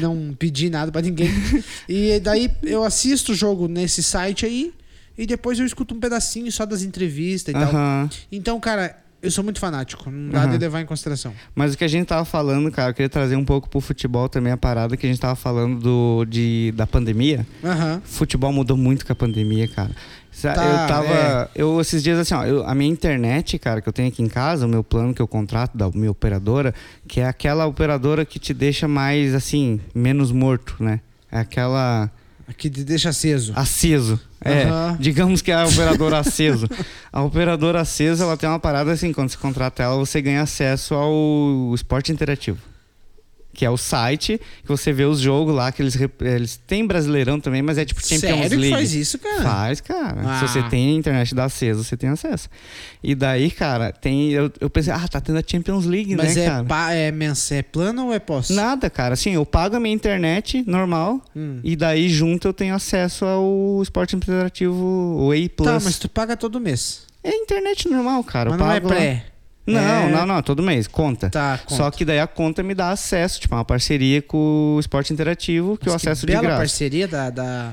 [SPEAKER 1] não pedi nada pra ninguém. E daí eu assisto o jogo nesse site aí e depois eu escuto um pedacinho só das entrevistas e tal.
[SPEAKER 2] Aham.
[SPEAKER 1] Então, cara, eu sou muito fanático, não dá de levar em consideração.
[SPEAKER 2] Mas o que a gente tava falando, cara, eu queria trazer um pouco pro futebol também a parada que a gente tava falando do, de, da pandemia.
[SPEAKER 1] Aham.
[SPEAKER 2] Futebol mudou muito com a pandemia, cara. Sa-
[SPEAKER 1] Tá,
[SPEAKER 2] eu tava.
[SPEAKER 1] é.
[SPEAKER 2] Eu, esses dias, assim, ó, eu- a minha internet, cara, que eu tenho aqui em casa, o meu plano que eu contrato da minha operadora, que é aquela operadora que te deixa mais, assim, menos morto, né? É aquela.
[SPEAKER 1] Aqui te deixa aceso.
[SPEAKER 2] Ah, Aceso. É,
[SPEAKER 1] Aham.
[SPEAKER 2] digamos que é a operadora aceso. A operadora aceso, ela tem uma parada assim, quando você contrata ela, você ganha acesso ao esporte interativo. que é o site, que você vê os jogos lá, que eles, rep- eles têm brasileirão também, mas é tipo Champions
[SPEAKER 1] Sério que
[SPEAKER 2] League.
[SPEAKER 1] faz isso, cara?
[SPEAKER 2] Faz, cara.
[SPEAKER 1] Ah.
[SPEAKER 2] Se você tem internet da CESA, você tem acesso. E daí, cara, tem. Eu, eu pensei, ah, tá tendo a Champions League,
[SPEAKER 1] Mas
[SPEAKER 2] né,
[SPEAKER 1] é,
[SPEAKER 2] cara?
[SPEAKER 1] pa, é, mens, é plano ou é pós?
[SPEAKER 2] Nada, cara. Assim, eu pago a minha internet normal
[SPEAKER 1] Hum.
[SPEAKER 2] e daí junto eu tenho acesso ao esporte interativo, o A+.
[SPEAKER 1] Tá, mas tu paga todo mês.
[SPEAKER 2] É internet normal, cara.
[SPEAKER 1] mas
[SPEAKER 2] eu
[SPEAKER 1] não é
[SPEAKER 2] pago lá.
[SPEAKER 1] pré.
[SPEAKER 2] Não,
[SPEAKER 1] É-
[SPEAKER 2] não, não, todo mês, conta.
[SPEAKER 1] Tá, conta.
[SPEAKER 2] Só que daí a conta me dá acesso, tipo, é uma parceria com o Esporte Interativo, que eu
[SPEAKER 1] Mas
[SPEAKER 2] acesso
[SPEAKER 1] que
[SPEAKER 2] de
[SPEAKER 1] bela
[SPEAKER 2] graça.
[SPEAKER 1] parceria da... da...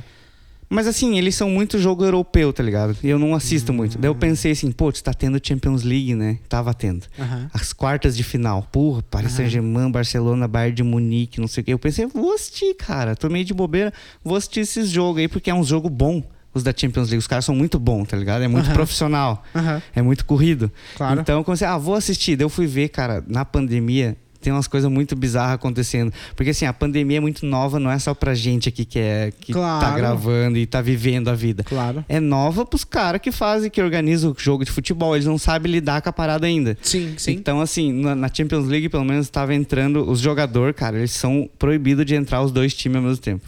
[SPEAKER 2] Mas assim, eles são muito jogo europeu, tá ligado? E eu não assisto
[SPEAKER 1] Hum.
[SPEAKER 2] muito. Daí eu pensei assim, pô, tu tá tendo Champions League, né? Tava tendo.
[SPEAKER 1] Aham.
[SPEAKER 2] As quartas de final, porra, Paris Saint-Germain, Barcelona, Bayern de Munique, não sei o quê. Eu pensei, vou assistir, cara. Tô meio de bobeira, vou assistir esses jogos aí, porque é um jogo bom. Os da Champions League, os caras são muito bons, tá ligado? É muito profissional.
[SPEAKER 1] Aham.
[SPEAKER 2] É muito corrido.
[SPEAKER 1] Claro.
[SPEAKER 2] Então eu comecei, ah, vou assistir. Daí eu fui ver, cara, na pandemia tem umas coisas muito bizarras acontecendo. Porque assim, a pandemia é muito nova, não é só pra gente aqui que é que tá
[SPEAKER 1] Claro.
[SPEAKER 2] gravando e tá vivendo a vida.
[SPEAKER 1] Claro.
[SPEAKER 2] É nova pros caras que fazem, que organizam o jogo de futebol. Eles não sabem lidar com a parada ainda.
[SPEAKER 1] Sim, sim.
[SPEAKER 2] Então, assim, na, na Champions League, pelo menos, tava entrando os jogadores, cara, eles são proibidos de entrar os dois times ao mesmo tempo.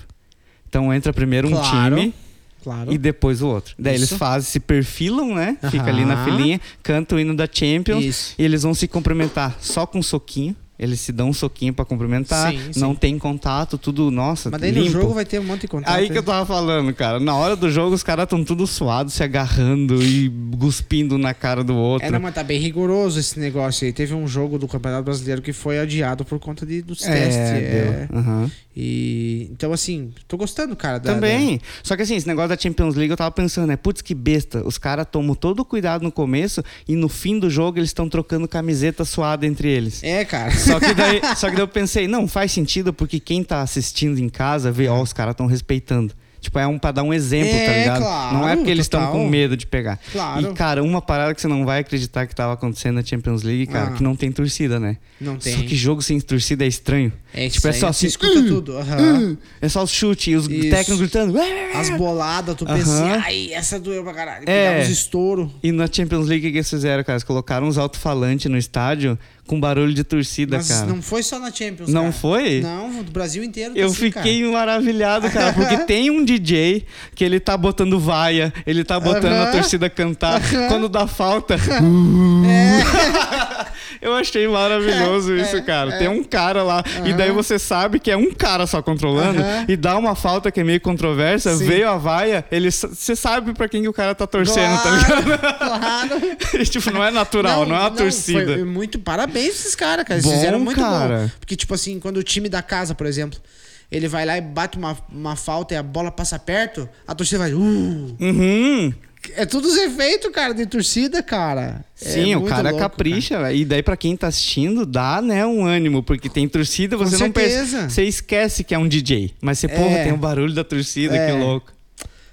[SPEAKER 2] Então entra primeiro um
[SPEAKER 1] Claro.
[SPEAKER 2] time
[SPEAKER 1] Claro.
[SPEAKER 2] e depois o outro. Daí
[SPEAKER 1] Isso.
[SPEAKER 2] eles fazem, se perfilam, né? Fica ali na
[SPEAKER 1] Aham.
[SPEAKER 2] filinha, canta o hino da Champions
[SPEAKER 1] Isso.
[SPEAKER 2] um e eles vão se cumprimentar só com um soquinho. Eles se dão um soquinho pra cumprimentar,
[SPEAKER 1] Sim,
[SPEAKER 2] não
[SPEAKER 1] sim.
[SPEAKER 2] tem contato, tudo, nossa,
[SPEAKER 1] Mas daí
[SPEAKER 2] limpo.
[SPEAKER 1] no jogo vai ter um monte de contato.
[SPEAKER 2] Aí que
[SPEAKER 1] né?
[SPEAKER 2] eu tava falando, cara. Na hora do jogo, os caras estão tudo suados, se agarrando e cuspindo na cara do outro.
[SPEAKER 1] É, não, mas tá bem rigoroso esse negócio aí. Teve um jogo do Campeonato Brasileiro que foi adiado por conta de, dos testes. é.
[SPEAKER 2] deu. Aham.
[SPEAKER 1] E, então, assim, tô gostando, cara. Da,
[SPEAKER 2] Também. Só que assim, esse negócio da Champions League, eu tava pensando, né? Putz, que besta. Os caras tomam todo o cuidado no começo e no fim do jogo eles estão trocando camiseta suada entre eles.
[SPEAKER 1] da- É, cara.
[SPEAKER 2] Só que, daí, só que daí eu pensei, não, faz sentido porque quem tá assistindo em casa vê, ó, os caras estão respeitando. Tipo, é um pra dar um exemplo,
[SPEAKER 1] É,
[SPEAKER 2] tá ligado?
[SPEAKER 1] claro,
[SPEAKER 2] não é porque eles estão
[SPEAKER 1] total.
[SPEAKER 2] com medo de pegar.
[SPEAKER 1] Claro.
[SPEAKER 2] E, cara, uma parada que você não vai acreditar que tava acontecendo na Champions League, cara,
[SPEAKER 1] Ah.
[SPEAKER 2] que não tem torcida, né?
[SPEAKER 1] Não tem.
[SPEAKER 2] Só que jogo sem torcida é estranho.
[SPEAKER 1] É
[SPEAKER 2] tipo, é
[SPEAKER 1] estranho,
[SPEAKER 2] só
[SPEAKER 1] você
[SPEAKER 2] assim,
[SPEAKER 1] escuta
[SPEAKER 2] "Hum,
[SPEAKER 1] tudo, aham."
[SPEAKER 2] hum." É só os chutes e os
[SPEAKER 1] Isso.
[SPEAKER 2] técnicos gritando. "Ah!"
[SPEAKER 1] As boladas, tu pensa
[SPEAKER 2] Aham.
[SPEAKER 1] assim, ai, essa doeu pra caralho.
[SPEAKER 2] É.
[SPEAKER 1] Pegar uns estouro.
[SPEAKER 2] E na Champions League o que eles fizeram, cara? Eles colocaram uns alto-falantes no estádio com barulho de torcida,
[SPEAKER 1] Mas
[SPEAKER 2] cara.
[SPEAKER 1] não foi só na Champions,
[SPEAKER 2] Não
[SPEAKER 1] cara.
[SPEAKER 2] foi?
[SPEAKER 1] Não, do Brasil inteiro. tá
[SPEAKER 2] Eu
[SPEAKER 1] assim, cara.
[SPEAKER 2] fiquei maravilhado, cara, porque tem um DJ que ele tá botando vaia, ele tá botando a
[SPEAKER 1] Aham.
[SPEAKER 2] torcida cantar quando dá falta.
[SPEAKER 1] É.
[SPEAKER 2] Eu achei maravilhoso isso, cara. Tem um cara lá, e daí você sabe que é um cara só controlando, e dá uma falta que é meio controversa,
[SPEAKER 1] Sim.
[SPEAKER 2] veio a vaia, ele, sa- você sabe pra quem que o cara tá torcendo, tá
[SPEAKER 1] Claro,
[SPEAKER 2] ligado?
[SPEAKER 1] Claro.
[SPEAKER 2] tipo, não é natural, não, é uma torcida.
[SPEAKER 1] foi muito parabéns pra esses caras, cara. Eles
[SPEAKER 2] Bom,
[SPEAKER 1] fizeram muito
[SPEAKER 2] cara.
[SPEAKER 1] bom. Porque, tipo assim, quando o time da casa, por exemplo, ele vai lá e bate uma, uma falta e a bola passa perto, a torcida vai. "Uh".
[SPEAKER 2] Uhum.
[SPEAKER 1] É tudo os efeitos, cara, de torcida, cara. É
[SPEAKER 2] Sim, o
[SPEAKER 1] muito
[SPEAKER 2] cara
[SPEAKER 1] louco,
[SPEAKER 2] capricha, velho. E daí pra quem tá assistindo, dá, né, um ânimo, porque tem torcida, você não pensa,
[SPEAKER 1] certeza.
[SPEAKER 2] você esquece que é um DJ, mas você, porra, tem o barulho da torcida,
[SPEAKER 1] É.
[SPEAKER 2] que louco.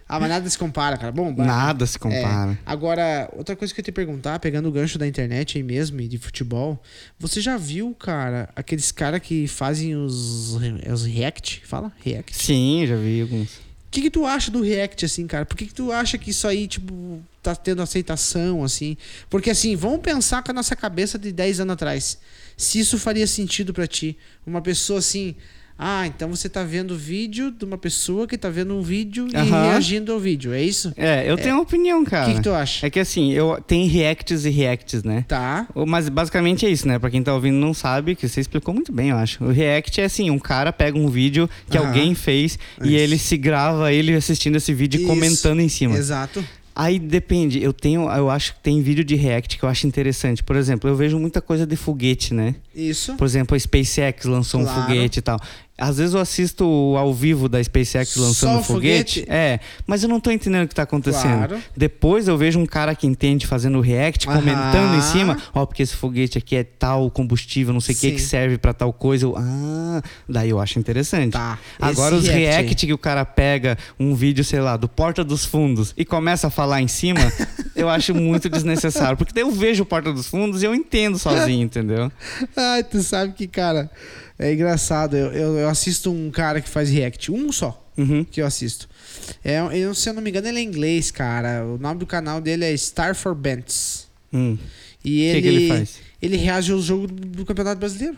[SPEAKER 1] Ah, mas nada se compara, cara. Bom,
[SPEAKER 2] Nada se compara.
[SPEAKER 1] É. Agora, outra coisa que eu ia te perguntar, pegando o gancho da internet aí mesmo e de futebol, você já viu, cara, aqueles caras que fazem os, é os react? Fala? React?
[SPEAKER 2] Sim, já vi alguns.
[SPEAKER 1] O que, que tu acha do React, assim, cara? Por que, que tu acha que isso aí, tipo, tá tendo aceitação, assim? Porque, assim, vamos pensar com a nossa cabeça de 10 anos atrás. Se isso faria sentido pra ti. Uma pessoa assim. Ah, então você tá vendo vídeo de uma pessoa que tá vendo um vídeo e
[SPEAKER 2] Aham.
[SPEAKER 1] reagindo ao vídeo, é isso?
[SPEAKER 2] É, eu tenho uma opinião, cara.
[SPEAKER 1] que que tu acha?
[SPEAKER 2] É que assim, eu tem reacts e reacts, né?
[SPEAKER 1] Tá.
[SPEAKER 2] O- Mas basicamente é isso, né? Pra quem tá ouvindo não sabe, que você explicou muito bem, eu acho. O React é assim, um cara pega um vídeo que
[SPEAKER 1] Aham.
[SPEAKER 2] alguém fez e ele se grava ele assistindo esse vídeo e
[SPEAKER 1] Isso.
[SPEAKER 2] comentando em cima.
[SPEAKER 1] Exato.
[SPEAKER 2] Aí depende, eu tenho, eu acho que tem vídeo de React que eu acho interessante. Por exemplo, eu vejo muita coisa de foguete, né?
[SPEAKER 1] Isso.
[SPEAKER 2] Por exemplo, a SpaceX lançou um
[SPEAKER 1] Claro.
[SPEAKER 2] foguete e tal. Às vezes eu assisto ao vivo da SpaceX
[SPEAKER 1] Só
[SPEAKER 2] lançando
[SPEAKER 1] o
[SPEAKER 2] foguete.
[SPEAKER 1] foguete?
[SPEAKER 2] É, mas eu não tô entendendo o que tá acontecendo.
[SPEAKER 1] Claro.
[SPEAKER 2] Depois eu vejo um cara que entende fazendo react,
[SPEAKER 1] Aham.
[SPEAKER 2] comentando em cima. Ó, porque esse foguete aqui é tal combustível, não sei o que,
[SPEAKER 1] Sim.
[SPEAKER 2] que serve pra tal coisa. Eu, ah, daí eu acho interessante.
[SPEAKER 1] Tá,
[SPEAKER 2] Agora
[SPEAKER 1] esse
[SPEAKER 2] os
[SPEAKER 1] react aí.
[SPEAKER 2] react que o cara pega um vídeo, sei lá, do Porta dos Fundos e começa a falar em cima, eu acho muito desnecessário. Porque daí eu vejo o Porta dos Fundos e eu entendo sozinho, entendeu?
[SPEAKER 1] Ai, tu sabe que, cara, é engraçado. Eu, eu, eu assisto um cara que faz react, um só,
[SPEAKER 2] Uhum.
[SPEAKER 1] que eu assisto. É, eu, se eu não me engano, ele é inglês, cara. O nome do canal dele é Star for Bands.
[SPEAKER 2] Hum.
[SPEAKER 1] E ele,
[SPEAKER 2] que ele faz?
[SPEAKER 1] ele reage ao jogo do Campeonato Brasileiro.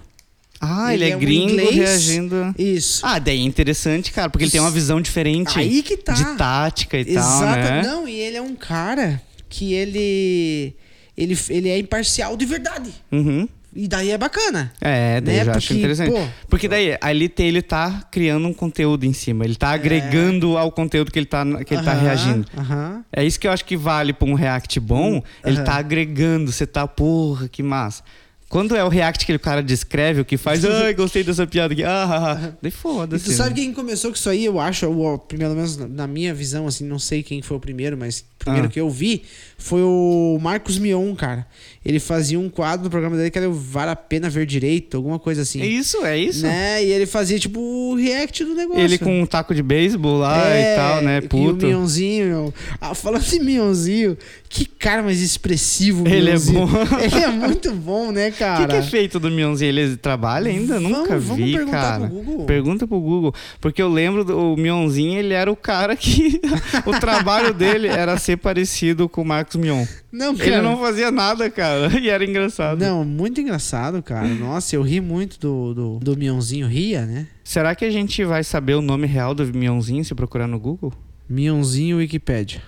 [SPEAKER 2] Ah, ele, é
[SPEAKER 1] um
[SPEAKER 2] gringo
[SPEAKER 1] inglês.
[SPEAKER 2] reagindo.
[SPEAKER 1] Isso.
[SPEAKER 2] Ah, daí é interessante, cara, porque ele tem uma visão diferente.
[SPEAKER 1] Aí que tá.
[SPEAKER 2] De tática e tal,
[SPEAKER 1] Exata-
[SPEAKER 2] né?
[SPEAKER 1] Não, e ele é um cara que ele, ele. Ele é imparcial de verdade.
[SPEAKER 2] Uhum.
[SPEAKER 1] E daí é bacana.
[SPEAKER 2] É, daí
[SPEAKER 1] Né?
[SPEAKER 2] eu já acho
[SPEAKER 1] Porque,
[SPEAKER 2] interessante.
[SPEAKER 1] pô-
[SPEAKER 2] Porque daí, ali tem- ele tá criando um conteúdo em cima. Ele tá agregando ao conteúdo que ele tá, que ele tá
[SPEAKER 1] É. Aham,
[SPEAKER 2] reagindo.
[SPEAKER 1] Aham.
[SPEAKER 2] É isso que eu acho que vale pra um react bom. Ele tá agregando, você tá, porra, que massa. Quando é o react que o cara descreve, o que faz, ai, gostei dessa piada aqui, ah, ah, ah.
[SPEAKER 1] E
[SPEAKER 2] daí foda-se.
[SPEAKER 1] tu sabe
[SPEAKER 2] né?
[SPEAKER 1] quem começou com isso aí, eu acho, ou, pelo menos na- na minha visão, assim, não sei quem foi o primeiro, mas o primeiro
[SPEAKER 2] Ah.
[SPEAKER 1] que eu vi foi o Marcos Mion, cara. Ele fazia um quadro no programa dele que era o Vale a Pena Ver Direito, alguma coisa assim.
[SPEAKER 2] É isso, é isso.
[SPEAKER 1] Né? E ele fazia, tipo, o react do negócio.
[SPEAKER 2] Ele com um taco de beisebol lá
[SPEAKER 1] É,
[SPEAKER 2] e tal, né?
[SPEAKER 1] e
[SPEAKER 2] Puto.
[SPEAKER 1] o Mionzinho. Ah, falando de Mionzinho, que cara mais expressivo o
[SPEAKER 2] Ele é
[SPEAKER 1] Mionzinho.
[SPEAKER 2] bom.
[SPEAKER 1] Ele é muito bom, né,
[SPEAKER 2] O que, que
[SPEAKER 1] cara?
[SPEAKER 2] é feito do Mionzinho? Ele trabalha ainda?
[SPEAKER 1] Vamos-
[SPEAKER 2] Nunca
[SPEAKER 1] vamos
[SPEAKER 2] vi,
[SPEAKER 1] perguntar
[SPEAKER 2] cara.
[SPEAKER 1] pro Google.
[SPEAKER 2] Pergunta pro Google. Porque eu lembro do o Mionzinho, ele era o cara que. o trabalho dele era ser parecido com o Marcos Mion.
[SPEAKER 1] Não, cara.
[SPEAKER 2] Ele não fazia nada, cara. E era engraçado.
[SPEAKER 1] Não, muito engraçado, cara. Nossa, eu ri muito do, do, do Mionzinho. Ria, né?
[SPEAKER 2] Será que a gente vai saber o nome real do Mionzinho se procurar no Google?
[SPEAKER 1] Mionzinho Wikipédia.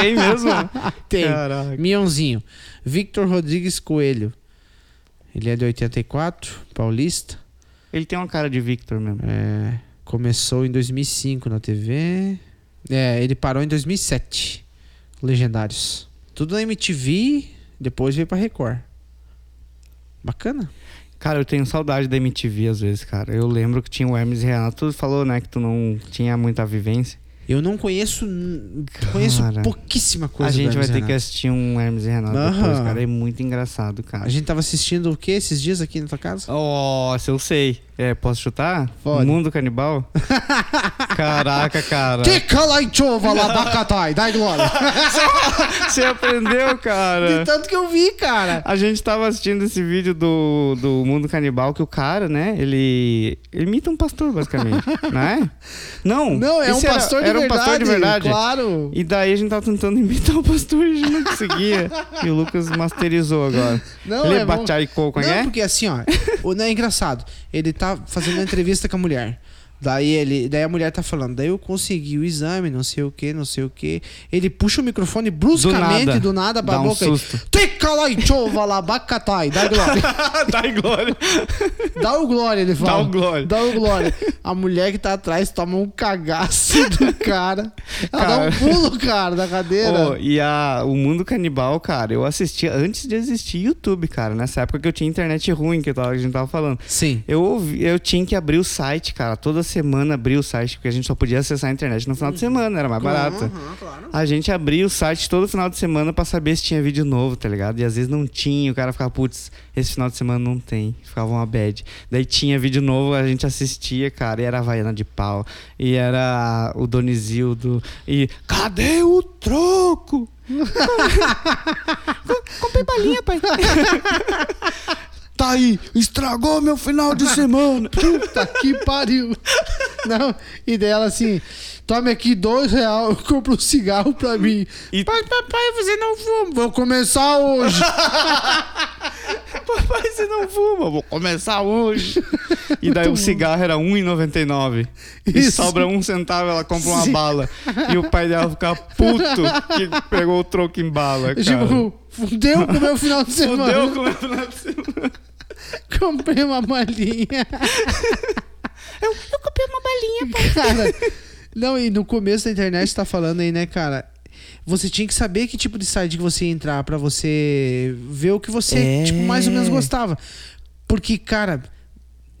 [SPEAKER 2] Tem mesmo?
[SPEAKER 1] Tem.
[SPEAKER 2] Caraca.
[SPEAKER 1] Mionzinho. Victor Rodrigues Coelho. Ele é de 84, paulista.
[SPEAKER 2] Ele tem uma cara de Victor mesmo.
[SPEAKER 1] É, começou em 2005 na TV. É, ele parou em 2007. Legendários. Tudo na MTV, depois veio pra Record. Bacana.
[SPEAKER 2] Cara, eu tenho saudade da MTV às vezes, cara. Eu lembro que tinha o Hermes Renato. Tu falou, né, que tu não tinha muita vivência.
[SPEAKER 1] Eu não conheço. n- Conheço
[SPEAKER 2] Cara,
[SPEAKER 1] pouquíssima coisa.
[SPEAKER 2] a
[SPEAKER 1] do
[SPEAKER 2] gente vai
[SPEAKER 1] Hermes
[SPEAKER 2] ter que
[SPEAKER 1] Renato.
[SPEAKER 2] assistir um Hermes e Renato depois,
[SPEAKER 1] Aham.
[SPEAKER 2] cara. É muito engraçado, cara.
[SPEAKER 1] A gente tava assistindo o que esses dias aqui na tua casa?
[SPEAKER 2] Nossa, eu sei. É, posso chutar?
[SPEAKER 1] Pode.
[SPEAKER 2] Mundo Canibal? Caraca, cara.
[SPEAKER 1] Ticalaitova labacatai, dai glória.
[SPEAKER 2] Você aprendeu, cara.
[SPEAKER 1] De tanto que tá- eu vi, cara.
[SPEAKER 2] A gente tava assistindo esse vídeo do, do Mundo Canibal que o cara, né, ele, ele imita um pastor, basicamente, não é? Não,
[SPEAKER 1] Não, é um
[SPEAKER 2] esse era-
[SPEAKER 1] pastor de
[SPEAKER 2] era um
[SPEAKER 1] verdade.
[SPEAKER 2] pastor de verdade.
[SPEAKER 1] Claro.
[SPEAKER 2] E daí a gente tava tentando imitar o pastor e a gente não conseguia. e o Lucas masterizou agora.
[SPEAKER 1] Não,
[SPEAKER 2] ele
[SPEAKER 1] é bom.
[SPEAKER 2] e coco,
[SPEAKER 1] não,
[SPEAKER 2] né?
[SPEAKER 1] porque assim, ó, o- não é engraçado. Ele tá fazendo uma entrevista com a mulher. Daí ele, daí a mulher tá falando, daí eu consegui o exame, não sei o que, não sei o que. Ele puxa o microfone bruscamente do nada,
[SPEAKER 2] nada.
[SPEAKER 1] pra
[SPEAKER 2] Dá um
[SPEAKER 1] boca. e-
[SPEAKER 2] susto.
[SPEAKER 1] Ticalaitova labacatai, dai glória.
[SPEAKER 2] Dá em glória.
[SPEAKER 1] Dá o glória, ele fala.
[SPEAKER 2] o glória.
[SPEAKER 1] Dá o glória. A mulher que tá atrás toma um cagaço do cara. Ela dá um
[SPEAKER 2] Cara.
[SPEAKER 1] pulo, cara, da cadeira.
[SPEAKER 2] Ô, e a, o Mundo Canibal, cara, eu assistia antes de existir YouTube, cara. Nessa época que eu tinha internet ruim, que eu tava- a gente tava falando.
[SPEAKER 1] Sim.
[SPEAKER 2] Eu, ouvi- eu tinha que abrir o site, cara. Toda semana abria o site, porque a gente só podia acessar a internet no final de semana, era mais barato. A gente abria o site todo final de semana pra saber se tinha vídeo novo, tá ligado? E às vezes não tinha, o cara ficava, putz, esse final de semana não tem. Ficava uma bad. Daí tinha vídeo novo, a gente assistia, cara, e era Havaiana de Pau, e era o Donizildo, e cadê o troco? Comprei balinha, pai. Tá aí, estragou meu final de semana.
[SPEAKER 1] Puta que pariu. Não, e dela assim, tome aqui dois real, eu compro um cigarro pra mim.
[SPEAKER 2] E-
[SPEAKER 1] Pai, papai, você não fuma. Vou começar hoje.
[SPEAKER 2] Papai, você não fuma, vou começar hoje. E daí o cigarro era R$1,99. E
[SPEAKER 1] Isso.
[SPEAKER 2] sobra um centavo, ela compra uma
[SPEAKER 1] Sim.
[SPEAKER 2] bala. E o pai dela fica puto que pegou o troco em bala, cara.
[SPEAKER 1] tipo, fudeu com o meu final de semana.
[SPEAKER 2] Fudeu com o final de semana.
[SPEAKER 1] Comprei uma malinha.
[SPEAKER 2] Eu, eu comprei uma balinha, pai.
[SPEAKER 1] Cara, não, e no começo da internet tá falando aí, né, cara? Você tinha que saber que tipo de site que você ia entrar pra você ver o que você,
[SPEAKER 2] É.
[SPEAKER 1] tipo, mais ou menos gostava. Porque, cara,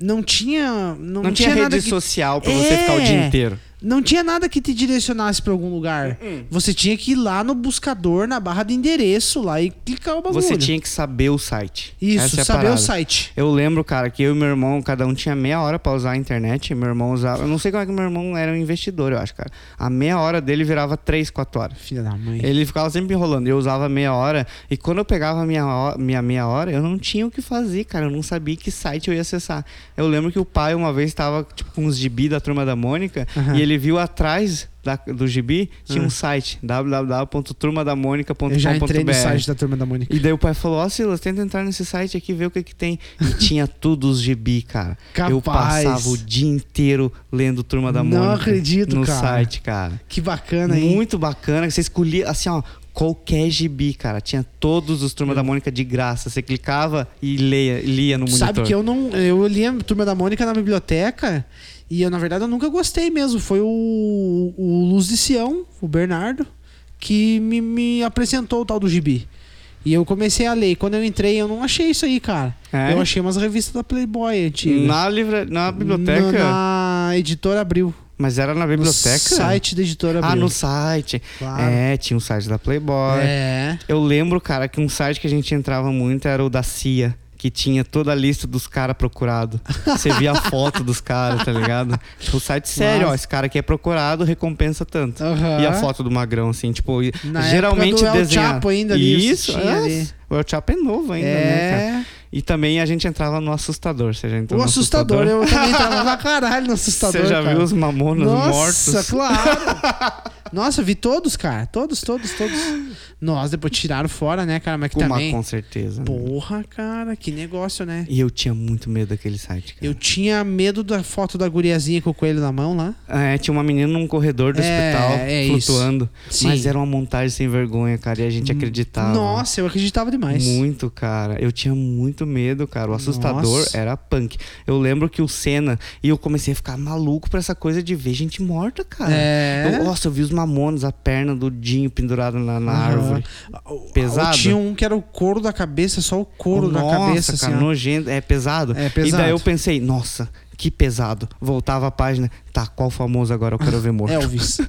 [SPEAKER 1] não tinha. Não,
[SPEAKER 2] Não tinha,
[SPEAKER 1] nada
[SPEAKER 2] rede
[SPEAKER 1] que...
[SPEAKER 2] social pra você ficar o dia
[SPEAKER 1] É.
[SPEAKER 2] inteiro. Hum,
[SPEAKER 1] Não tinha nada que te direcionasse pra algum lugar. Você tinha que ir lá no buscador, na barra de endereço lá e clicar o bagulho.
[SPEAKER 2] Você tinha que saber o site.
[SPEAKER 1] Isso,
[SPEAKER 2] Essa é a
[SPEAKER 1] saber o
[SPEAKER 2] parada.
[SPEAKER 1] site.
[SPEAKER 2] Eu lembro, cara, que eu e meu irmão, cada um tinha meia hora pra usar a internet. Meu irmão usava. Eu não sei como é que meu irmão era um investidor, eu acho, cara. A meia hora dele virava três, quatro horas.
[SPEAKER 1] Filha da mãe.
[SPEAKER 2] Ele ficava sempre enrolando. Eu usava meia hora. E quando eu pegava minha, ho- minha meia hora, eu não tinha o que fazer, cara. Eu não sabia que site eu ia acessar. Eu lembro que o pai uma vez estava tipo, com uns gibi da turma da Mônica. E ele viu atrás da- do Gibi, tinha um site, www.turmadamônica.com.br.
[SPEAKER 1] Eu já Ah. entrei no site da Turma da Mônica.
[SPEAKER 2] E daí o pai falou, ó Silas, tenta entrar nesse site aqui, ver o que que tem. E tinha tudo os gibi, cara. Eu
[SPEAKER 1] Capaz.
[SPEAKER 2] passava o dia inteiro lendo Turma da
[SPEAKER 1] Não
[SPEAKER 2] Mônica.
[SPEAKER 1] acredito,
[SPEAKER 2] No
[SPEAKER 1] cara.
[SPEAKER 2] site, cara.
[SPEAKER 1] Que bacana, hein?
[SPEAKER 2] Muito bacana. Você escolhia, assim, ó, qualquer gibi, cara. Tinha todos os Turma da Mônica de graça. Você clicava e leia, lia no
[SPEAKER 1] Tu
[SPEAKER 2] monitor.
[SPEAKER 1] Sabe que eu não. Eu li a Turma da Mônica na biblioteca e eu, na verdade, eu nunca gostei mesmo. Foi o, o Luz de Sião, o Bernardo, que me, me apresentou o tal do gibi. E eu comecei a ler. E Quando eu entrei, eu não achei isso aí, cara.
[SPEAKER 2] É?
[SPEAKER 1] Eu achei umas revistas da Playboy antigas.
[SPEAKER 2] Na, livra... na biblioteca?
[SPEAKER 1] Na, na editora Abril.
[SPEAKER 2] Mas era na
[SPEAKER 1] No
[SPEAKER 2] biblioteca?
[SPEAKER 1] site da editora Abril.
[SPEAKER 2] Ah, no site.
[SPEAKER 1] Claro.
[SPEAKER 2] É, tinha um site da Playboy.
[SPEAKER 1] É.
[SPEAKER 2] Eu lembro, cara, que um site que a gente entrava muito era o da CIA, que tinha toda a lista dos caras procurados. Você via a foto dos caras, tá ligado? Tipo, site sério, ó,
[SPEAKER 1] Nossa.
[SPEAKER 2] esse cara aqui é procurado, recompensa tanto.
[SPEAKER 1] Aham.
[SPEAKER 2] E a foto do magrão, assim, tipo, e-
[SPEAKER 1] Na
[SPEAKER 2] geralmente
[SPEAKER 1] época do El
[SPEAKER 2] desenhar.
[SPEAKER 1] Chapo ainda ali,
[SPEAKER 2] Isso,
[SPEAKER 1] tinha
[SPEAKER 2] é,
[SPEAKER 1] ali.
[SPEAKER 2] o El Chapo é novo ainda, né, cara?
[SPEAKER 1] É.
[SPEAKER 2] E também a gente entrava no assustador, você já entrou
[SPEAKER 1] O
[SPEAKER 2] no
[SPEAKER 1] assustador, eu também tava pra caralho no assustador.
[SPEAKER 2] Você já
[SPEAKER 1] cara.
[SPEAKER 2] viu os mamonas
[SPEAKER 1] Nossa,
[SPEAKER 2] mortos?
[SPEAKER 1] claro. Nossa, eu vi todos, cara. Todos, todos, todos. Nossa, depois tiraram fora, né, cara? Mas que
[SPEAKER 2] Uma,
[SPEAKER 1] também.
[SPEAKER 2] com certeza. né?
[SPEAKER 1] Porra, cara, que negócio, né?
[SPEAKER 2] E eu tinha muito medo daquele site, cara.
[SPEAKER 1] Eu tinha medo da foto da guriazinha com o coelho na mão lá.
[SPEAKER 2] É, tinha uma menina num corredor do
[SPEAKER 1] É,
[SPEAKER 2] hospital
[SPEAKER 1] é
[SPEAKER 2] flutuando.
[SPEAKER 1] Sim. Hum,
[SPEAKER 2] Mas era uma montagem sem vergonha, cara, e a gente acreditava.
[SPEAKER 1] Nossa, eu acreditava demais.
[SPEAKER 2] Muito, cara. Eu tinha muito medo, cara. O assustador
[SPEAKER 1] Nossa.
[SPEAKER 2] era punk. Eu lembro que o Senna. E eu comecei a ficar maluco pra essa coisa de ver gente morta, cara.
[SPEAKER 1] É.
[SPEAKER 2] Eu, nossa, eu vi os mamonos, a perna do Dinho pendurada na, na
[SPEAKER 1] Aham.
[SPEAKER 2] árvore. Pesado?
[SPEAKER 1] Ah, Tinha um que era o couro da cabeça, só o couro da
[SPEAKER 2] Nossa,
[SPEAKER 1] cabeça,
[SPEAKER 2] cara,
[SPEAKER 1] assim. ó.
[SPEAKER 2] nojento. É pesado?
[SPEAKER 1] É pesado.
[SPEAKER 2] E daí eu pensei, nossa, que pesado. Voltava a página. Tá, qual famoso agora eu quero ver morto?
[SPEAKER 1] Elvis.
[SPEAKER 2] E daí,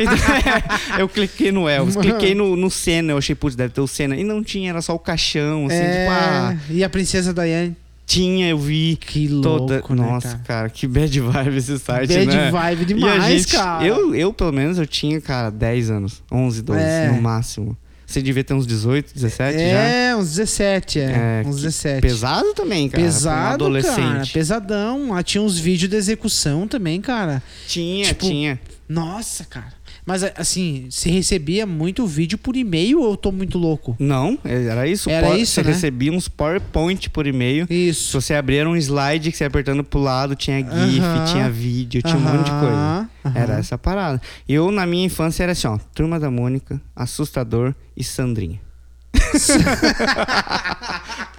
[SPEAKER 2] Então, é, eu cliquei no Elvis, cliquei no, no Senna, eu achei, putz, deve ter o Senna. E não tinha, era só o caixão, assim,
[SPEAKER 1] É,
[SPEAKER 2] tipo, ah,
[SPEAKER 1] E a princesa Diane.
[SPEAKER 2] tinha, eu vi.
[SPEAKER 1] Que louco,
[SPEAKER 2] toda...
[SPEAKER 1] né,
[SPEAKER 2] Nossa,
[SPEAKER 1] cara?
[SPEAKER 2] cara? que bad vibe esse site,
[SPEAKER 1] Bad
[SPEAKER 2] né?
[SPEAKER 1] vibe
[SPEAKER 2] E a
[SPEAKER 1] demais, cara.
[SPEAKER 2] Eu, eu, pelo menos, eu tinha, cara, 10 anos, 11, 12,
[SPEAKER 1] É.
[SPEAKER 2] no máximo. Você devia ter uns 18, 17 já.
[SPEAKER 1] É, uns 17, é.
[SPEAKER 2] É,
[SPEAKER 1] uns
[SPEAKER 2] que
[SPEAKER 1] 17.
[SPEAKER 2] Pesado também, cara. pra um
[SPEAKER 1] Pesado, cara.
[SPEAKER 2] adolescente.
[SPEAKER 1] Pesadão. Ah, tinha uns vídeos de execução também, cara.
[SPEAKER 2] Tinha,
[SPEAKER 1] Tipo,
[SPEAKER 2] tinha.
[SPEAKER 1] Nossa, cara. Mas a- assim, se recebia muito vídeo por e-mail, eu tô muito louco.
[SPEAKER 2] Não, era isso.
[SPEAKER 1] Era
[SPEAKER 2] po-
[SPEAKER 1] isso,
[SPEAKER 2] Você
[SPEAKER 1] né?
[SPEAKER 2] recebia uns PowerPoint por e-mail. Se
[SPEAKER 1] Isso.
[SPEAKER 2] você abrir um slide que você ia apertando pro lado, tinha GIF,
[SPEAKER 1] Aham.
[SPEAKER 2] tinha vídeo, tinha um monte de coisa.
[SPEAKER 1] Aham, aham.
[SPEAKER 2] Era essa parada. Eu, na minha infância, era assim, ó. Turma da Mônica, Assustador e Sandrinha.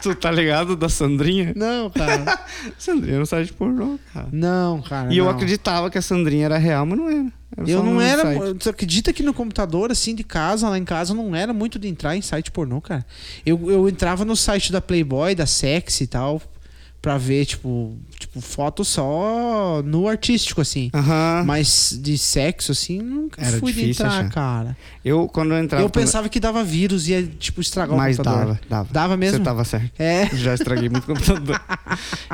[SPEAKER 2] tu tá ligado da Sandrinha?
[SPEAKER 1] Não, cara.
[SPEAKER 2] Sandrinha era um site pornô, cara.
[SPEAKER 1] Não, cara.
[SPEAKER 2] E eu
[SPEAKER 1] Ah, não.
[SPEAKER 2] acreditava que a Sandrinha era real, mas não era. Era
[SPEAKER 1] Eu
[SPEAKER 2] só
[SPEAKER 1] não
[SPEAKER 2] um
[SPEAKER 1] era.
[SPEAKER 2] site.
[SPEAKER 1] Tu acredita que no computador, assim, de casa, lá em casa, eu não era muito de entrar em site pornô, cara. Eu, eu entrava no site da Playboy, da Sexy e tal, pra ver, tipo, tipo, foto só no artístico,
[SPEAKER 2] Ah.
[SPEAKER 1] assim.
[SPEAKER 2] Aham.
[SPEAKER 1] Mas de sexo, assim, nunca
[SPEAKER 2] Era
[SPEAKER 1] fui de
[SPEAKER 2] difícil
[SPEAKER 1] entrar,
[SPEAKER 2] achar.
[SPEAKER 1] cara.
[SPEAKER 2] Eu, quando eu entrava...
[SPEAKER 1] Eu pensava que dava vírus e ia, tipo, estragar o
[SPEAKER 2] Mas
[SPEAKER 1] computador.
[SPEAKER 2] dava, dava.
[SPEAKER 1] Dava mesmo?
[SPEAKER 2] Você tava certo.
[SPEAKER 1] É.
[SPEAKER 2] Já estraguei muito o computador.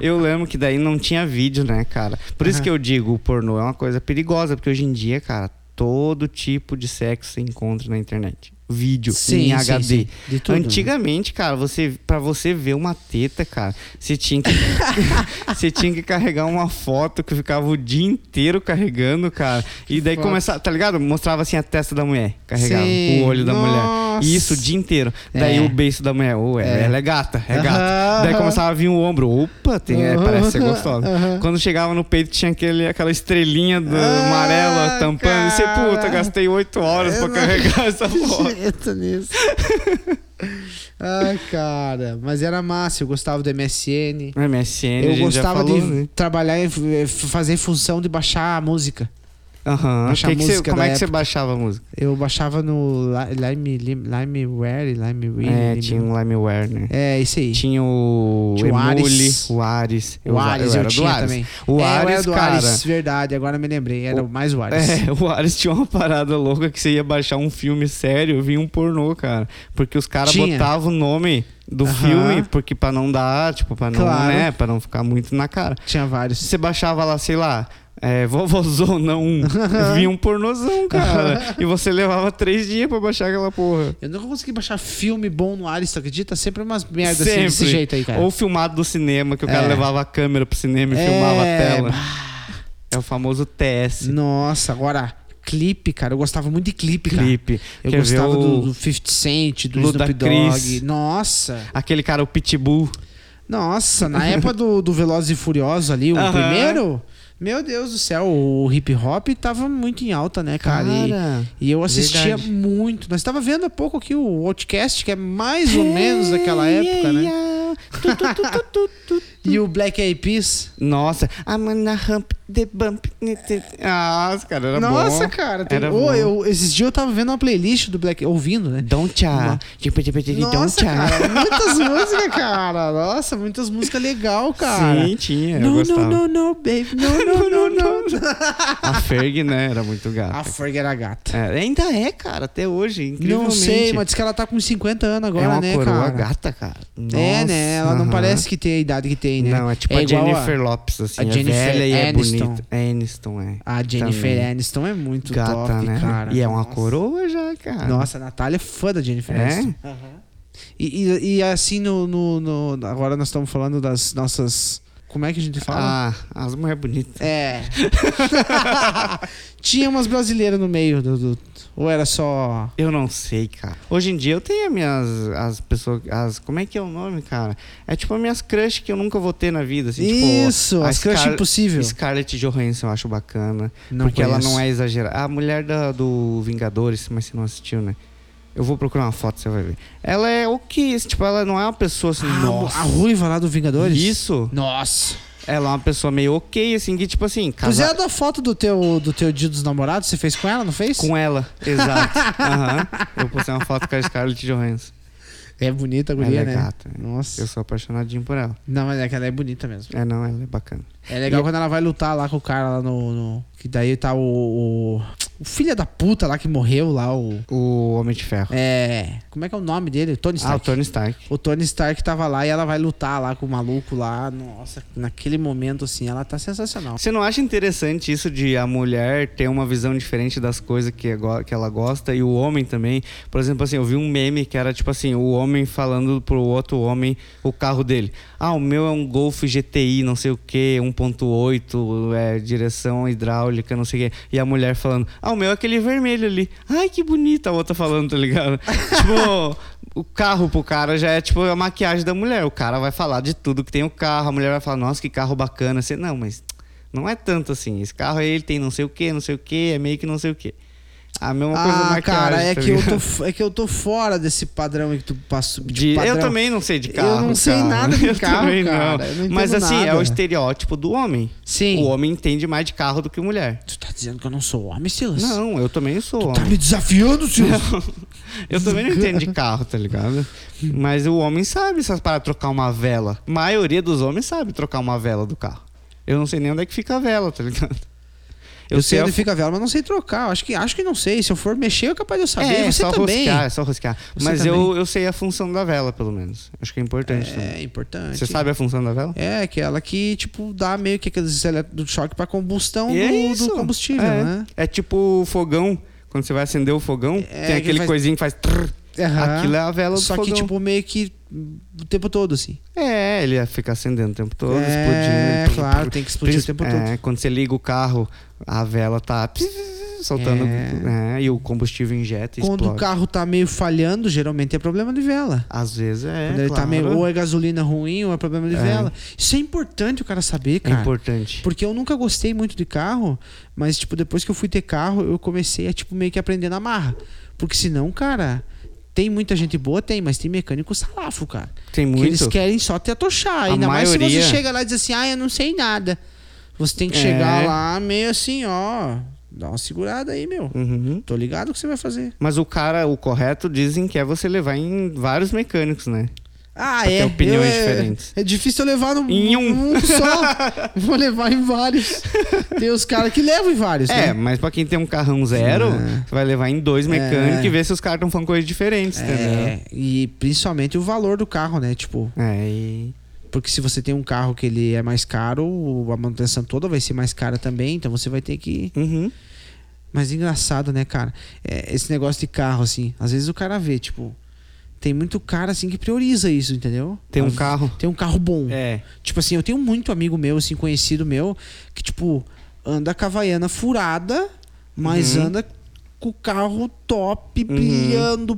[SPEAKER 2] Eu lembro que daí não tinha vídeo, né, cara? Por isso que eu digo, o pornô é uma coisa perigosa, porque hoje em dia, cara, todo tipo de sexo se encontra na internet. Vídeo
[SPEAKER 1] Sim, sim,
[SPEAKER 2] em HD.
[SPEAKER 1] sim. De tudo, né?
[SPEAKER 2] Antigamente, cara, você para você ver uma teta, cara, você tinha que você tinha que carregar uma foto que ficava o dia inteiro carregando, cara. E daí
[SPEAKER 1] foda.
[SPEAKER 2] começava, tá ligado? Mostrava assim a testa da mulher, carregava
[SPEAKER 1] Sim.
[SPEAKER 2] o olho da mulher.
[SPEAKER 1] Nossa.
[SPEAKER 2] E isso o dia inteiro. Daí
[SPEAKER 1] É.
[SPEAKER 2] o beijo da mulher, ou é. ela é gata, é gata.
[SPEAKER 1] Aham.
[SPEAKER 2] Daí começava a vir o ombro, opa, tem, é,
[SPEAKER 1] Aham.
[SPEAKER 2] parece ser gostosa.
[SPEAKER 1] Aham.
[SPEAKER 2] Quando chegava no peito tinha aquele, aquela estrelinha do-
[SPEAKER 1] Ah,
[SPEAKER 2] amarela tampando. E Você,
[SPEAKER 1] cara.
[SPEAKER 2] puta, gastei oito horas pra
[SPEAKER 1] Eu não
[SPEAKER 2] carregar essa foto.
[SPEAKER 1] Acredito nisso. Ai, cara. Mas era massa. Eu gostava do MSN.
[SPEAKER 2] MSN, a
[SPEAKER 1] Eu
[SPEAKER 2] gente já
[SPEAKER 1] gostava
[SPEAKER 2] falou,
[SPEAKER 1] de
[SPEAKER 2] né?
[SPEAKER 1] trabalhar em eh, f- fazer função de baixar a música.
[SPEAKER 2] Aham.
[SPEAKER 1] baixar
[SPEAKER 2] Que que você-
[SPEAKER 1] música
[SPEAKER 2] como
[SPEAKER 1] da
[SPEAKER 2] é que você
[SPEAKER 1] época.
[SPEAKER 2] baixava a música?
[SPEAKER 1] Eu baixava no Li- Lime, Lime, Limeware, Limewin.
[SPEAKER 2] é, tinha um Limeware, né?
[SPEAKER 1] É, isso aí.
[SPEAKER 2] Tinha o
[SPEAKER 1] Tinha o
[SPEAKER 2] Emule,
[SPEAKER 1] Ares.
[SPEAKER 2] o Ares.
[SPEAKER 1] O
[SPEAKER 2] usava-
[SPEAKER 1] Ares, eu,
[SPEAKER 2] era do
[SPEAKER 1] tinha
[SPEAKER 2] Ares.
[SPEAKER 1] também.
[SPEAKER 2] O
[SPEAKER 1] É, eu
[SPEAKER 2] Ares,
[SPEAKER 1] era do
[SPEAKER 2] cara.
[SPEAKER 1] Ares, verdade. Agora eu me lembrei. Era mais o Ares.
[SPEAKER 2] É, o Ares tinha uma parada louca que você ia baixar um filme sério, vinha um pornô, cara. Porque os caras
[SPEAKER 1] Tinha.
[SPEAKER 2] botavam o nome do
[SPEAKER 1] Aham.
[SPEAKER 2] filme, porque pra não dar, tipo, pra não,
[SPEAKER 1] Claro.
[SPEAKER 2] né, pra não ficar muito na cara.
[SPEAKER 1] Tinha vários.
[SPEAKER 2] Você baixava lá, sei lá, é, vovozona 1, vinha um pornozão, cara. e você levava três dias pra baixar aquela porra.
[SPEAKER 1] Eu nunca consegui baixar filme bom no Ares, tu acredita? Sempre umas merdas assim,
[SPEAKER 2] Sempre.
[SPEAKER 1] desse jeito aí, cara.
[SPEAKER 2] Ou filmado do cinema, que o cara
[SPEAKER 1] É.
[SPEAKER 2] levava a câmera pro cinema e
[SPEAKER 1] É,
[SPEAKER 2] filmava a tela.
[SPEAKER 1] bah.
[SPEAKER 2] É o famoso TS.
[SPEAKER 1] Nossa, agora Clipe, cara. Eu gostava muito de clipe, cara.
[SPEAKER 2] Clipe.
[SPEAKER 1] Eu
[SPEAKER 2] Quer ver
[SPEAKER 1] gostava do,
[SPEAKER 2] o-
[SPEAKER 1] do 50 Cent, do
[SPEAKER 2] Luda
[SPEAKER 1] Snoop Dogg.
[SPEAKER 2] Chris.
[SPEAKER 1] Nossa!
[SPEAKER 2] Aquele cara, o Pitbull.
[SPEAKER 1] Nossa, na época do, do Velozes e Furiosos ali, o
[SPEAKER 2] Aham.
[SPEAKER 1] primeiro... Meu Deus do céu, o hip hop tava muito em alta, né, cara? E-
[SPEAKER 2] Cara,
[SPEAKER 1] e, eu assistia
[SPEAKER 2] verdade.
[SPEAKER 1] muito. Nós tava vendo há pouco aqui o Outcast, que é mais ou menos daquela
[SPEAKER 2] é,
[SPEAKER 1] época, né? E o Black Eyed Peas.
[SPEAKER 2] Nossa. I'm on a hump, the bump. Nossa, cara, era Tá bom.
[SPEAKER 1] Nossa, cara. Tem...
[SPEAKER 2] Era
[SPEAKER 1] Ô,
[SPEAKER 2] bom.
[SPEAKER 1] eu, esses dias eu tava vendo uma playlist do Black... Ouvindo, né?
[SPEAKER 2] Don't ya. Tipo, tipo, tipo, Don't
[SPEAKER 1] Nossa,
[SPEAKER 2] ya.
[SPEAKER 1] cara, muitas músicas, cara. Nossa, muitas músicas legal, cara.
[SPEAKER 2] Sim, tinha. Eu
[SPEAKER 1] No,
[SPEAKER 2] gostava.
[SPEAKER 1] no, no, no, baby. No, no, no, no.
[SPEAKER 2] A Ferg, né? Era muito
[SPEAKER 1] A
[SPEAKER 2] gata.
[SPEAKER 1] Ferg era gata.
[SPEAKER 2] É, ainda é, cara, até hoje. Incrivelmente.
[SPEAKER 1] Não sei, mas diz que ela tá com 50 anos agora,
[SPEAKER 2] é uma
[SPEAKER 1] né,
[SPEAKER 2] coroa
[SPEAKER 1] cara?
[SPEAKER 2] gata, cara.
[SPEAKER 1] É, né? Ela não
[SPEAKER 2] Nossa,
[SPEAKER 1] parece que tem a idade que tem, né?
[SPEAKER 2] Não, é tipo a
[SPEAKER 1] igual
[SPEAKER 2] Jennifer Lopes, assim.
[SPEAKER 1] a
[SPEAKER 2] é
[SPEAKER 1] Jennifer
[SPEAKER 2] velha e
[SPEAKER 1] Aniston.
[SPEAKER 2] é bonita. Aniston, é.
[SPEAKER 1] A Jennifer
[SPEAKER 2] Também.
[SPEAKER 1] Aniston é muito
[SPEAKER 2] Gata,
[SPEAKER 1] top,
[SPEAKER 2] né?
[SPEAKER 1] cara.
[SPEAKER 2] E é uma
[SPEAKER 1] Nossa.
[SPEAKER 2] coroa já, cara.
[SPEAKER 1] Nossa, a Natália é fã da Jennifer
[SPEAKER 2] Ah. É?
[SPEAKER 1] Aniston. E, e- e assim, no, no- no- agora nós estamos falando das nossas... Como é que a gente fala?
[SPEAKER 2] Ah, as mulheres bonitas.
[SPEAKER 1] É. Tinha umas brasileiras no meio do, do- Ou era só.
[SPEAKER 2] Eu não sei, cara. Hoje em dia eu tenho as minhas. As pessoas. As, como é que é o nome, cara? É tipo as minhas crush que eu nunca vou ter na vida. Assim,
[SPEAKER 1] Isso,
[SPEAKER 2] tipo, a
[SPEAKER 1] as crush impossível.
[SPEAKER 2] Scarlett Johansson eu acho bacana.
[SPEAKER 1] Não
[SPEAKER 2] porque ela
[SPEAKER 1] conheço.
[SPEAKER 2] não é exagerada. A mulher da- do Vingadores, mas você não assistiu, né? Eu vou procurar uma foto, você vai ver. Ela é o que? Tipo, ela não é uma pessoa assim.
[SPEAKER 1] Ah,
[SPEAKER 2] nossa.
[SPEAKER 1] A ruiva lá do Vingadores?
[SPEAKER 2] Isso.
[SPEAKER 1] Nossa.
[SPEAKER 2] Ela é uma pessoa meio ok, assim, que tipo assim,
[SPEAKER 1] Pois é
[SPEAKER 2] casa
[SPEAKER 1] da foto do teu, do teu dia dos namorados, você fez com ela, não fez?
[SPEAKER 2] com ela. Exato. Aham. Eu postei uma foto com a Scarlett Johansson.
[SPEAKER 1] É bonita a guria,
[SPEAKER 2] Ela é
[SPEAKER 1] né?
[SPEAKER 2] gata.
[SPEAKER 1] Nossa.
[SPEAKER 2] Eu sou apaixonadinho por ela.
[SPEAKER 1] Não, mas é que ela é bonita mesmo.
[SPEAKER 2] É, não, ela é bacana.
[SPEAKER 1] É legal quando ela vai lutar lá com o cara lá no. no- que daí tá o, o. o filho da puta lá que morreu lá, o.
[SPEAKER 2] O Homem de Ferro.
[SPEAKER 1] É. Como é que é o nome dele? Tony
[SPEAKER 2] ah, o
[SPEAKER 1] Stark.
[SPEAKER 2] Tony Stark.
[SPEAKER 1] O Tony Stark tava lá e ela vai lutar lá com o maluco lá. Nossa, naquele momento, assim, ela tá sensacional.
[SPEAKER 2] Você não acha interessante isso de a mulher ter uma visão diferente das coisas que, agora- que ela gosta e o homem também? Por exemplo, assim, eu vi um meme que era tipo assim, o homem falando pro outro homem o carro dele. Ah, o meu é um Golf GTI, não sei o que, 1.8, é, direção hidráulica, não sei o que. E a mulher falando, ah, o meu é aquele vermelho ali. Ai, que bonita a outra falando, tá ligado? tipo, O carro pro cara já é tipo a maquiagem da mulher. O cara vai falar de tudo que tem o carro. A mulher vai falar, nossa, que carro bacana. Você, não, mas não é tanto assim. Esse carro aí, ele tem não sei o que, não sei o que, é meio que não sei o que. A mesma coisa da
[SPEAKER 1] Ah,
[SPEAKER 2] maquiagem.
[SPEAKER 1] cara, é
[SPEAKER 2] tá
[SPEAKER 1] que, eu
[SPEAKER 2] ligado?
[SPEAKER 1] tô, f- é que eu tô fora desse padrão aí que tu passou. De,
[SPEAKER 2] De-
[SPEAKER 1] padrão.
[SPEAKER 2] eu também não sei de carro.
[SPEAKER 1] Eu não sei
[SPEAKER 2] cara.
[SPEAKER 1] nada de
[SPEAKER 2] Eu
[SPEAKER 1] carro,
[SPEAKER 2] também
[SPEAKER 1] cara.
[SPEAKER 2] não.
[SPEAKER 1] Eu não
[SPEAKER 2] Mas
[SPEAKER 1] entendo
[SPEAKER 2] assim, é
[SPEAKER 1] nada.
[SPEAKER 2] o estereótipo do homem.
[SPEAKER 1] Sim.
[SPEAKER 2] O homem entende mais de carro do que mulher.
[SPEAKER 1] Tu tá dizendo que eu não sou homem, Silas?
[SPEAKER 2] Não, eu também sou
[SPEAKER 1] Tá
[SPEAKER 2] homem.
[SPEAKER 1] me desafiando, Silas?
[SPEAKER 2] Eu também não entendo de carro, tá ligado? Mas o homem sabe essas para trocar uma vela. A maioria dos homens sabe trocar uma vela do carro. Eu não sei nem onde é que fica a vela, tá ligado?
[SPEAKER 1] Eu, sei onde
[SPEAKER 2] a-
[SPEAKER 1] fica a vela, mas não sei trocar. Eu Acho que, acho que não sei. Se eu for mexer, eu é capaz de eu saber.
[SPEAKER 2] É,
[SPEAKER 1] E você
[SPEAKER 2] só
[SPEAKER 1] também.
[SPEAKER 2] rosquear, é só rosquear.
[SPEAKER 1] Você
[SPEAKER 2] Mas eu,
[SPEAKER 1] também.
[SPEAKER 2] eu sei a função da vela, pelo menos. Acho que é importante também.
[SPEAKER 1] É importante.
[SPEAKER 2] Você sabe a função da vela?
[SPEAKER 1] É, aquela que, tipo, dá meio que aqueles eletrochoque pra combustão
[SPEAKER 2] E é
[SPEAKER 1] um do,
[SPEAKER 2] isso.
[SPEAKER 1] do combustível,
[SPEAKER 2] é.
[SPEAKER 1] né?
[SPEAKER 2] É tipo o fogão. Quando você vai acender o fogão,
[SPEAKER 1] É,
[SPEAKER 2] tem
[SPEAKER 1] que
[SPEAKER 2] aquele
[SPEAKER 1] faz-
[SPEAKER 2] coisinho que faz... trrr.
[SPEAKER 1] Aham.
[SPEAKER 2] Aquilo é a vela do
[SPEAKER 1] Só
[SPEAKER 2] fogão.
[SPEAKER 1] que, tipo, meio que o tempo todo, assim.
[SPEAKER 2] É, ele ia ficar acendendo o tempo todo,
[SPEAKER 1] É,
[SPEAKER 2] explodindo.
[SPEAKER 1] claro, tem que explodir o tempo
[SPEAKER 2] Princi- É, quando você liga o carro, a vela tá soltando. É. e o combustível injeta e
[SPEAKER 1] Quando
[SPEAKER 2] explode.
[SPEAKER 1] o carro tá meio falhando, geralmente é problema de vela.
[SPEAKER 2] Às vezes é.
[SPEAKER 1] Quando ele tá
[SPEAKER 2] claro.
[SPEAKER 1] meio. Ou é gasolina ruim, ou é problema de vela. Isso é importante o cara saber,
[SPEAKER 2] É
[SPEAKER 1] cara.
[SPEAKER 2] importante.
[SPEAKER 1] Porque eu nunca gostei muito de carro, mas, tipo, depois que eu fui ter carro, eu comecei a, tipo, meio que aprender na marra. Porque senão, cara, tem muita gente boa, tem, mas tem mecânico salafo, cara.
[SPEAKER 2] Tem
[SPEAKER 1] Que eles
[SPEAKER 2] muito.
[SPEAKER 1] querem só te atochar. Ainda mais se
[SPEAKER 2] maioria-
[SPEAKER 1] você chega lá e diz assim, ah, eu não sei nada. Você tem que
[SPEAKER 2] É.
[SPEAKER 1] chegar lá meio assim, ó. Dá uma segurada aí, meu.
[SPEAKER 2] Uhum.
[SPEAKER 1] Tô ligado o que você vai fazer.
[SPEAKER 2] Mas o cara, o correto, dizem que é você levar em vários mecânicos, né?
[SPEAKER 1] Ah,
[SPEAKER 2] ter
[SPEAKER 1] é.
[SPEAKER 2] opiniões
[SPEAKER 1] Eu- é-
[SPEAKER 2] diferentes.
[SPEAKER 1] É difícil eu levar num,
[SPEAKER 2] Em
[SPEAKER 1] num
[SPEAKER 2] um.
[SPEAKER 1] só. Vou levar em vários. Tem os caras que levam em vários.
[SPEAKER 2] É,
[SPEAKER 1] né?
[SPEAKER 2] mas pra quem tem um carrão zero, você vai levar em dois mecânicos
[SPEAKER 1] É.
[SPEAKER 2] e ver se os caras estão falando coisas diferentes, entendeu?
[SPEAKER 1] É, e principalmente o valor do carro, né? Tipo,
[SPEAKER 2] É, e...
[SPEAKER 1] porque se você tem um carro que ele é mais caro, a manutenção toda vai ser mais cara também, então você vai ter que.
[SPEAKER 2] Uhum.
[SPEAKER 1] Mas engraçado, né, cara? É, esse negócio de carro, assim, às vezes o cara vê, tipo, tem muito cara assim que prioriza isso, entendeu?
[SPEAKER 2] Tem um
[SPEAKER 1] Ah,
[SPEAKER 2] carro.
[SPEAKER 1] Tem um carro bom.
[SPEAKER 2] É.
[SPEAKER 1] Tipo assim, eu tenho muito amigo meu, assim, conhecido meu, que, tipo, anda com a Havaiana furada,
[SPEAKER 2] Uhum.
[SPEAKER 1] mas anda com o carro top, brilhando,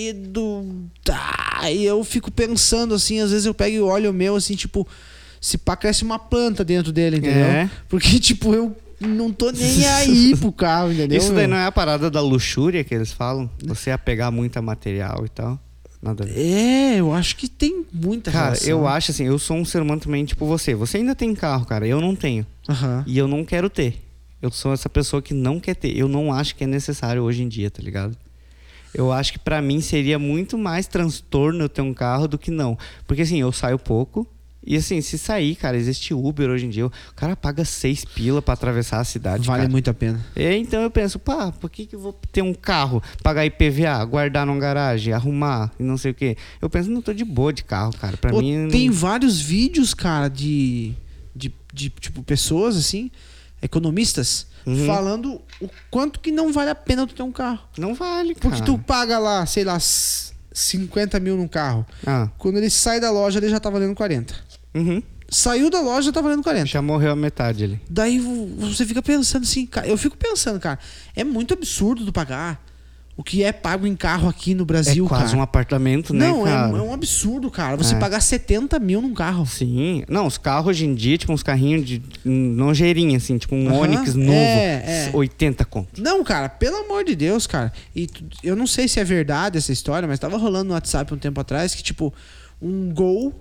[SPEAKER 1] polido. Tá. E eu fico pensando assim, às vezes eu pego e olho o meu assim, tipo, se pá, cresce uma planta dentro dele, entendeu?
[SPEAKER 2] É.
[SPEAKER 1] Porque, tipo, eu não tô nem aí pro carro, entendeu?
[SPEAKER 2] Isso daí
[SPEAKER 1] meu?
[SPEAKER 2] não é a parada da luxúria que eles falam? Você apegar muito a material e tal? Nada a ver.
[SPEAKER 1] É, eu acho que tem muita
[SPEAKER 2] Cara,
[SPEAKER 1] relação.
[SPEAKER 2] eu acho assim, eu sou um ser humano também tipo você. Você ainda tem carro, cara. Eu não tenho.
[SPEAKER 1] Aham.
[SPEAKER 2] E eu não quero ter. Eu sou essa pessoa que não quer ter. Eu não acho que é necessário hoje em dia, tá ligado? Eu acho que pra mim seria muito mais transtorno eu ter um carro do que não. Porque assim, eu saio pouco. E assim, se sair, cara, existe Uber hoje em dia. O cara paga seis pila pra atravessar a cidade.
[SPEAKER 1] Vale
[SPEAKER 2] cara.
[SPEAKER 1] muito a pena.
[SPEAKER 2] É, então eu penso, pá, por que, que eu vou ter um carro, pagar IPVA, guardar numa garagem, arrumar e não sei o quê? Eu penso, não tô de boa de carro, cara. Pra
[SPEAKER 1] Pô,
[SPEAKER 2] mim.
[SPEAKER 1] Tem
[SPEAKER 2] não-
[SPEAKER 1] vários vídeos, cara, de, de, de, tipo, pessoas, assim, economistas,
[SPEAKER 2] Uhum.
[SPEAKER 1] falando o quanto que não vale a pena tu ter um carro.
[SPEAKER 2] Não vale, cara.
[SPEAKER 1] Porque tu paga lá, sei lá, s- 50 mil num carro.
[SPEAKER 2] Ah,
[SPEAKER 1] Quando ele sai da loja, ele já tá valendo 40.
[SPEAKER 2] uhum.
[SPEAKER 1] Saiu da loja, já tá valendo 40.
[SPEAKER 2] Já morreu a metade ali.
[SPEAKER 1] Daí vo- você fica pensando assim, cara, eu fico pensando, cara, é muito absurdo tu pagar o que é pago em carro aqui no Brasil,
[SPEAKER 2] é quase
[SPEAKER 1] cara.
[SPEAKER 2] um apartamento, né,
[SPEAKER 1] Não, é,
[SPEAKER 2] cara?
[SPEAKER 1] um- é um absurdo, cara. Você
[SPEAKER 2] É.
[SPEAKER 1] pagar 70 mil num carro.
[SPEAKER 2] Sim. Não, os carros hoje em dia, tipo, uns carrinhos de hum, nojeirinha, assim, tipo um
[SPEAKER 1] Aham.
[SPEAKER 2] Onix novo,
[SPEAKER 1] É, é.
[SPEAKER 2] 80 conto.
[SPEAKER 1] Não, cara, pelo amor de Deus, cara. E tu- eu não sei se é verdade essa história, mas tava rolando no WhatsApp um tempo atrás que, tipo, um gol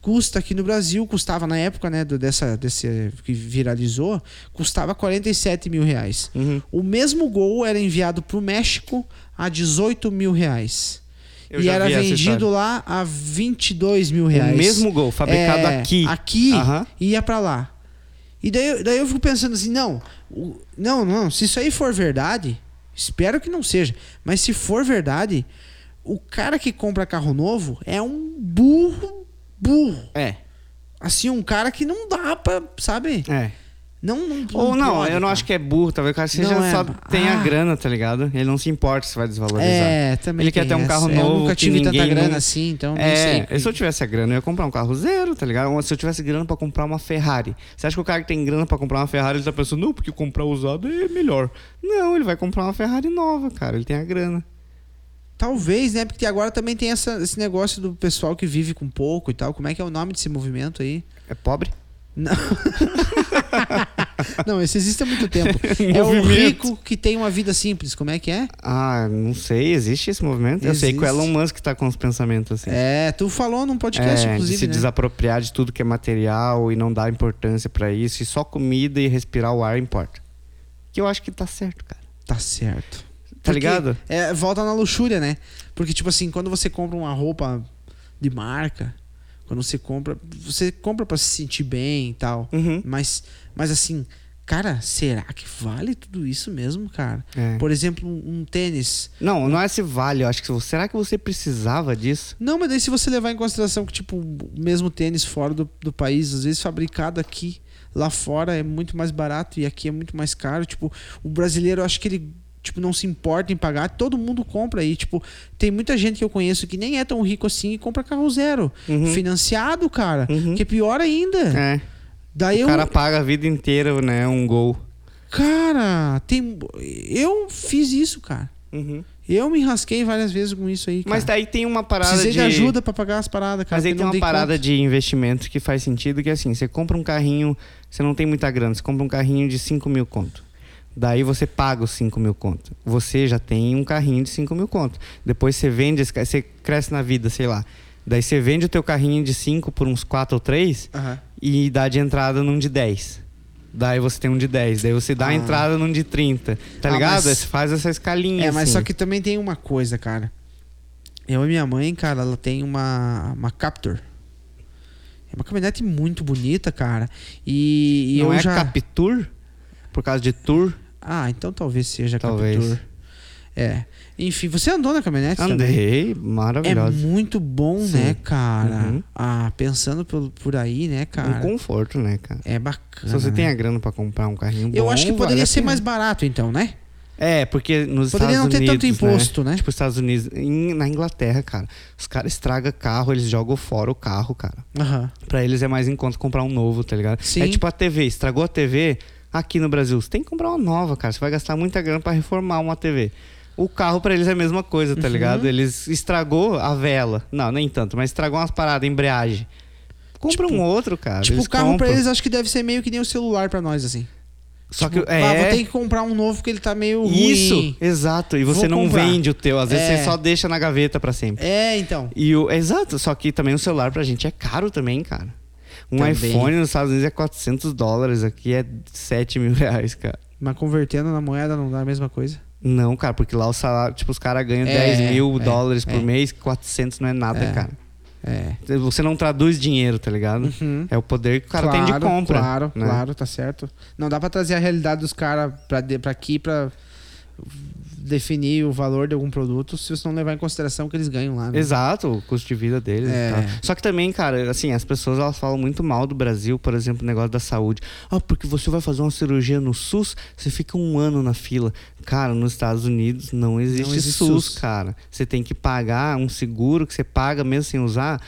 [SPEAKER 1] custa aqui no Brasil, custava na época, né, do, dessa, desse que viralizou, custava 47 mil reais.
[SPEAKER 2] Uhum.
[SPEAKER 1] O mesmo gol era enviado pro México a 18 mil reais.
[SPEAKER 2] Eu
[SPEAKER 1] e
[SPEAKER 2] já
[SPEAKER 1] era
[SPEAKER 2] vi essa
[SPEAKER 1] vendido
[SPEAKER 2] história.
[SPEAKER 1] lá a 22 mil reais.
[SPEAKER 2] mesmo gol, fabricado aqui.
[SPEAKER 1] é, Aqui
[SPEAKER 2] Aham.
[SPEAKER 1] e ia pra lá. E daí, eu- daí eu fico pensando assim, não, o- não, não, se isso aí for verdade, espero que não seja, mas se for verdade, o cara que compra carro novo é um burro, burro.
[SPEAKER 2] É.
[SPEAKER 1] Assim, um cara que não dá pra, sabe?
[SPEAKER 2] É.
[SPEAKER 1] Não, não,
[SPEAKER 2] Ou não,
[SPEAKER 1] pode,
[SPEAKER 2] eu não
[SPEAKER 1] cara.
[SPEAKER 2] acho que é burro, talvez o cara seja
[SPEAKER 1] Não é,
[SPEAKER 2] só
[SPEAKER 1] mas-
[SPEAKER 2] tem a
[SPEAKER 1] Ah.
[SPEAKER 2] grana, tá ligado? Ele não se importa se vai desvalorizar.
[SPEAKER 1] É, também
[SPEAKER 2] Ele quer
[SPEAKER 1] tem
[SPEAKER 2] ter um
[SPEAKER 1] essa.
[SPEAKER 2] carro
[SPEAKER 1] Eu
[SPEAKER 2] novo.
[SPEAKER 1] nunca
[SPEAKER 2] que
[SPEAKER 1] tive tanta
[SPEAKER 2] ninguém
[SPEAKER 1] grana
[SPEAKER 2] não-
[SPEAKER 1] assim, então nem
[SPEAKER 2] é,
[SPEAKER 1] sei.
[SPEAKER 2] Se eu tivesse a grana, eu ia comprar um carro zero, tá ligado? Ou Se eu tivesse grana pra comprar uma Ferrari. Você acha que o cara que tem grana pra comprar uma Ferrari, ele tá pensando, não, porque comprar usado é melhor. Não, ele vai comprar uma Ferrari nova, cara. Ele tem a grana.
[SPEAKER 1] Talvez, né? Porque agora também tem essa- esse negócio do pessoal que vive com pouco e tal. Como é que é o nome desse movimento aí?
[SPEAKER 2] É pobre?
[SPEAKER 1] Não. não, esse existe há muito tempo. é o
[SPEAKER 2] Movimento.
[SPEAKER 1] rico que tem uma vida simples. Como é que é?
[SPEAKER 2] Ah, não sei, existe esse movimento? Eu sei que o
[SPEAKER 1] Existe.
[SPEAKER 2] Elon Musk tá com os pensamentos assim.
[SPEAKER 1] É, tu falou num podcast,
[SPEAKER 2] É, de se
[SPEAKER 1] inclusive, né?
[SPEAKER 2] desapropriar de tudo que é material e não dar importância pra isso, e só comida e respirar o ar importa. Que eu acho que tá certo, cara.
[SPEAKER 1] Tá certo.
[SPEAKER 2] Tá ligado?
[SPEAKER 1] É, volta na luxúria, né? Porque, tipo assim, quando você compra uma roupa de marca, quando você compra. Você compra pra se sentir bem e tal.
[SPEAKER 2] Uhum.
[SPEAKER 1] Mas, mas assim, cara, será que vale tudo isso mesmo, cara?
[SPEAKER 2] É.
[SPEAKER 1] Por exemplo, um, um tênis.
[SPEAKER 2] Não, não é se vale, eu acho que será que você precisava disso?
[SPEAKER 1] Não, mas daí se você levar em consideração que, tipo, o mesmo tênis fora do, do país, às vezes fabricado aqui, lá fora é muito mais barato e aqui é muito mais caro. Tipo, o brasileiro, eu acho que ele, tipo, não se importa em pagar. Todo mundo compra aí. Tipo, tem muita gente que eu conheço que nem é tão rico assim e compra carro zero. Financiado, cara. Que é pior ainda.
[SPEAKER 2] Uhum. É.
[SPEAKER 1] Daí
[SPEAKER 2] O
[SPEAKER 1] eu...
[SPEAKER 2] cara paga a vida inteira, né? Um gol.
[SPEAKER 1] Cara, tem... Eu fiz isso, cara. Eu me enrasquei várias vezes com isso aí,
[SPEAKER 2] Uhum. Mas
[SPEAKER 1] cara.
[SPEAKER 2] daí tem uma parada
[SPEAKER 1] Precisei
[SPEAKER 2] de.
[SPEAKER 1] de ajuda pra pagar as paradas, cara.
[SPEAKER 2] Mas aí
[SPEAKER 1] porque
[SPEAKER 2] tem
[SPEAKER 1] não
[SPEAKER 2] uma
[SPEAKER 1] dei
[SPEAKER 2] parada
[SPEAKER 1] conta.
[SPEAKER 2] de investimento que faz sentido, que é assim, você compra um carrinho, você não tem muita grana, você compra um carrinho de 5 mil conto. Daí você paga os 5 mil conto. Você já tem um carrinho de 5 mil conto. Depois você vende, esse ca- você cresce na vida, sei lá. Daí você vende o teu carrinho de 5 por uns 4 ou 3
[SPEAKER 1] Aham.
[SPEAKER 2] e dá de entrada num de 10. Daí você tem um de 10, daí você dá a entrada num de 30. Tá
[SPEAKER 1] Ah,
[SPEAKER 2] ligado?
[SPEAKER 1] mas-
[SPEAKER 2] Aí Você faz essa escalinha.
[SPEAKER 1] É, mas
[SPEAKER 2] assim.
[SPEAKER 1] só que também tem uma coisa, cara. Eu e minha mãe, cara, ela tem uma, uma Captur. É uma caminhonete muito bonita, cara. E, e eu
[SPEAKER 2] Não é
[SPEAKER 1] já.
[SPEAKER 2] Captur? Por causa de Tour?
[SPEAKER 1] Ah, então talvez seja
[SPEAKER 2] Talvez.
[SPEAKER 1] Captur. É. Enfim, você andou na caminhonete também?
[SPEAKER 2] Andei,
[SPEAKER 1] É
[SPEAKER 2] maravilhoso.
[SPEAKER 1] muito bom, né, cara?
[SPEAKER 2] Uhum.
[SPEAKER 1] Ah, pensando por, por aí, né, cara?
[SPEAKER 2] Um conforto, né, cara?
[SPEAKER 1] É bacana.
[SPEAKER 2] Se você tem
[SPEAKER 1] né?
[SPEAKER 2] a grana pra comprar um carrinho bom,
[SPEAKER 1] Eu acho que
[SPEAKER 2] vale
[SPEAKER 1] poderia
[SPEAKER 2] a
[SPEAKER 1] ser
[SPEAKER 2] pena.
[SPEAKER 1] mais barato, então, né?
[SPEAKER 2] É, porque nos
[SPEAKER 1] Poderia
[SPEAKER 2] Estados Unidos...
[SPEAKER 1] não ter tanto imposto, né?
[SPEAKER 2] Tipo, os Estados Unidos... em- na Inglaterra, cara, os caras estragam carro, eles jogam fora o carro, cara.
[SPEAKER 1] Aham.
[SPEAKER 2] Pra eles é mais em conta comprar um novo, tá ligado?
[SPEAKER 1] Sim.
[SPEAKER 2] É tipo a TV, estragou a TV... aqui no Brasil. Você tem que comprar uma nova, cara. Você vai gastar muita grana pra reformar uma TV. O carro pra eles é a mesma coisa,
[SPEAKER 1] Uhum.
[SPEAKER 2] tá ligado? Eles estragou a vela. Não, nem tanto, mas estragou umas paradas, embreagem. Compra um outro, cara.
[SPEAKER 1] Tipo,
[SPEAKER 2] Eles
[SPEAKER 1] o carro pra
[SPEAKER 2] compram.
[SPEAKER 1] eles acho que deve ser meio que nem o celular pra nós, assim.
[SPEAKER 2] Só que
[SPEAKER 1] Tipo,
[SPEAKER 2] é,
[SPEAKER 1] ah, vou ter que comprar um novo porque ele tá meio ruim.
[SPEAKER 2] isso, exato. E você
[SPEAKER 1] Vou
[SPEAKER 2] não
[SPEAKER 1] comprar.
[SPEAKER 2] vende o teu, às vezes
[SPEAKER 1] É.
[SPEAKER 2] você só deixa na gaveta pra sempre.
[SPEAKER 1] É, então.
[SPEAKER 2] E o, exato, só que também o celular pra gente é caro também, cara. Um
[SPEAKER 1] Também.
[SPEAKER 2] iPhone nos Estados Unidos é 400 dólares, aqui é 7 mil reais, cara.
[SPEAKER 1] Mas convertendo na moeda não dá a mesma coisa.
[SPEAKER 2] Não, cara, porque lá o salário, tipo, os caras ganham
[SPEAKER 1] É,
[SPEAKER 2] 10 mil
[SPEAKER 1] é,
[SPEAKER 2] dólares
[SPEAKER 1] é.
[SPEAKER 2] por mês, 400 não é nada,
[SPEAKER 1] É.
[SPEAKER 2] cara.
[SPEAKER 1] É.
[SPEAKER 2] Você não traduz dinheiro, tá ligado? É o poder que o cara tem de compra.
[SPEAKER 1] Uhum. Claro,
[SPEAKER 2] né?
[SPEAKER 1] claro, tá certo. Não dá pra trazer a realidade dos caras pra, de- pra aqui pra definir o valor de algum produto se você não levar em consideração o que eles ganham lá. Né?
[SPEAKER 2] Exato, o custo de vida deles
[SPEAKER 1] É.
[SPEAKER 2] e tal. Só que também, cara, assim, as pessoas elas falam muito mal do Brasil, por exemplo, o negócio da saúde. Ah, porque você vai fazer uma cirurgia no SUS, você fica um ano na fila. Cara, nos Estados Unidos não existe,
[SPEAKER 1] existe
[SPEAKER 2] SUS,
[SPEAKER 1] SUS.
[SPEAKER 2] cara. Você tem que pagar um seguro que você paga mesmo sem usar.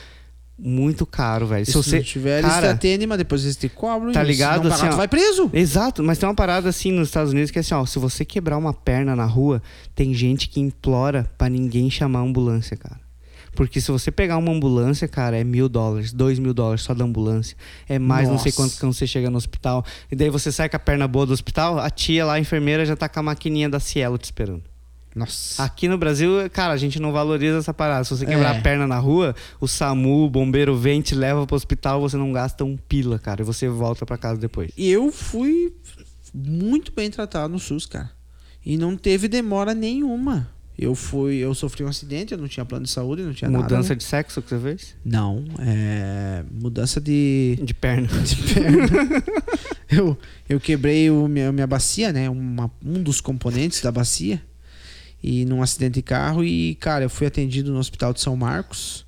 [SPEAKER 2] Muito caro, velho.
[SPEAKER 1] Se,
[SPEAKER 2] Se você
[SPEAKER 1] não tiver, eles
[SPEAKER 2] cara,
[SPEAKER 1] te atendem, mas depois eles te cobram.
[SPEAKER 2] Tá
[SPEAKER 1] e se não
[SPEAKER 2] ligado?
[SPEAKER 1] pagar,
[SPEAKER 2] Assim, ó.
[SPEAKER 1] tu vai preso.
[SPEAKER 2] Exato, mas tem uma parada assim nos Estados Unidos que é assim, ó, se você quebrar uma perna na rua, tem gente que implora pra ninguém chamar a ambulância, cara. Porque se você pegar uma ambulância, cara, é mil dólares, dois mil dólares só da ambulância. É mais não sei
[SPEAKER 1] Nossa.
[SPEAKER 2] quanto quando você chega no hospital. E daí você sai com a perna boa do hospital, a tia lá, a enfermeira, já tá com a maquininha da Cielo te esperando.
[SPEAKER 1] Nossa.
[SPEAKER 2] Aqui no Brasil, cara, a gente não valoriza essa parada. Se você quebrar
[SPEAKER 1] É.
[SPEAKER 2] a perna na rua, o SAMU, o bombeiro vem, te leva pro hospital, você não gasta um pila, cara. E você volta pra casa depois.
[SPEAKER 1] E eu fui muito bem tratado no SUS, cara. E não teve demora nenhuma. Eu fui, eu sofri um acidente, eu não tinha plano de saúde, não tinha nada.
[SPEAKER 2] Mudança
[SPEAKER 1] né?
[SPEAKER 2] de sexo que você fez?
[SPEAKER 1] Não, é mudança de
[SPEAKER 2] De perna.
[SPEAKER 1] de perna. eu, eu quebrei o minha, minha bacia, né? Uma- um dos componentes da bacia. E num acidente de carro. E, cara, eu fui atendido no hospital de São Marcos.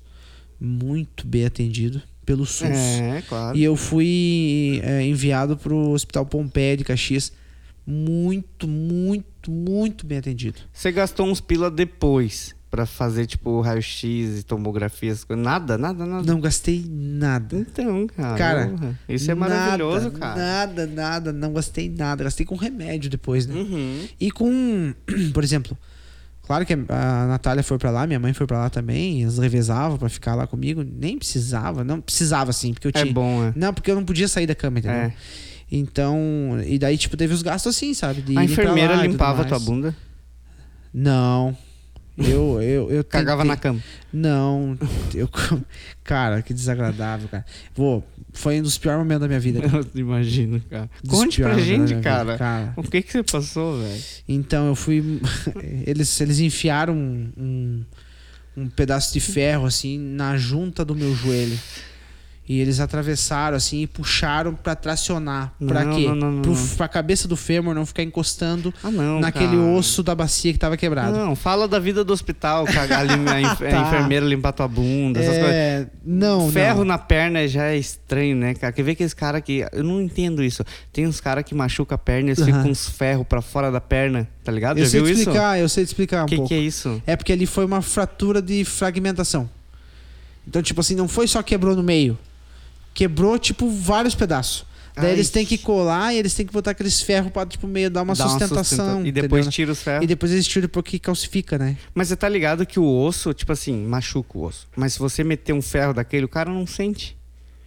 [SPEAKER 1] Muito bem atendido pelo SUS.
[SPEAKER 2] É, claro.
[SPEAKER 1] E eu fui é, enviado pro Hospital Pompeia de Caxias. Muito, muito, muito bem atendido.
[SPEAKER 2] Você gastou uns pila depois pra fazer, tipo, raio-x e tomografia, essas coisas. Nada, nada, nada.
[SPEAKER 1] Não gastei nada.
[SPEAKER 2] Então, cara.
[SPEAKER 1] Cara,
[SPEAKER 2] porra, isso é
[SPEAKER 1] Nada,
[SPEAKER 2] maravilhoso, cara.
[SPEAKER 1] Nada, nada, não gastei nada. Gastei com remédio depois, né?
[SPEAKER 2] Uhum.
[SPEAKER 1] E com, por exemplo, claro que a Natália foi pra lá, minha mãe foi pra lá também, eles revezavam pra ficar lá comigo, nem precisava, não precisava sim, porque eu
[SPEAKER 2] É
[SPEAKER 1] tinha.
[SPEAKER 2] bom, é.
[SPEAKER 1] Não, porque eu não podia sair da cama, entendeu?
[SPEAKER 2] É.
[SPEAKER 1] Então, e daí tipo teve os gastos assim, sabe? De
[SPEAKER 2] A
[SPEAKER 1] irem pra
[SPEAKER 2] enfermeira
[SPEAKER 1] lá e tudo
[SPEAKER 2] limpava a
[SPEAKER 1] mais.
[SPEAKER 2] tua bunda,
[SPEAKER 1] Não. Eu eu eu
[SPEAKER 2] cagava
[SPEAKER 1] tentei-
[SPEAKER 2] na cama.
[SPEAKER 1] Não, eu cara, que desagradável, cara. Vou, foi um dos piores momentos da minha vida. cara.
[SPEAKER 2] Eu imagino, cara.
[SPEAKER 1] Dos
[SPEAKER 2] Conte pra
[SPEAKER 1] piores momentos da
[SPEAKER 2] gente,
[SPEAKER 1] minha vida,
[SPEAKER 2] né, cara.
[SPEAKER 1] cara.
[SPEAKER 2] O que que você passou, velho?
[SPEAKER 1] Então eu fui. eles, eles enfiaram um, um, um pedaço de ferro, assim, na junta do meu joelho. E eles atravessaram, assim, e puxaram pra tracionar. Pra
[SPEAKER 2] Não,
[SPEAKER 1] quê?
[SPEAKER 2] não, não, não,
[SPEAKER 1] Pro-
[SPEAKER 2] não.
[SPEAKER 1] Pra cabeça do fêmur não ficar encostando
[SPEAKER 2] Ah, não,
[SPEAKER 1] naquele
[SPEAKER 2] cara.
[SPEAKER 1] osso da bacia que tava quebrado.
[SPEAKER 2] Não, fala da vida do hospital, cagar ali a, enf- a
[SPEAKER 1] Tá.
[SPEAKER 2] enfermeira limpar tua bunda, essas coisas.
[SPEAKER 1] É, não,
[SPEAKER 2] Ferro
[SPEAKER 1] não.
[SPEAKER 2] na perna já é estranho, né, cara? Quer ver que esse cara que. Eu não entendo isso. Tem uns caras que machucam a perna e eles ficam
[SPEAKER 1] Aham.
[SPEAKER 2] com uns ferros pra fora da perna, tá ligado?
[SPEAKER 1] Eu
[SPEAKER 2] já
[SPEAKER 1] sei
[SPEAKER 2] viu
[SPEAKER 1] te
[SPEAKER 2] isso?
[SPEAKER 1] explicar, eu sei te explicar um
[SPEAKER 2] O que,
[SPEAKER 1] pouco.
[SPEAKER 2] que é isso?
[SPEAKER 1] É porque ali foi uma fratura de fragmentação. Então, tipo assim, não foi só quebrou no meio. Quebrou, tipo, vários pedaços. Daí
[SPEAKER 2] Ai.
[SPEAKER 1] eles têm que colar e eles têm que botar aqueles ferros pra, tipo, meio dar uma
[SPEAKER 2] Dá
[SPEAKER 1] sustentação.
[SPEAKER 2] sustenta- E depois
[SPEAKER 1] entendeu?
[SPEAKER 2] tira os ferros.
[SPEAKER 1] E depois eles tiram porque calcifica, né?
[SPEAKER 2] Mas você tá ligado que o osso, tipo assim, machuca o osso. Mas se você meter um ferro daquele, o cara não sente.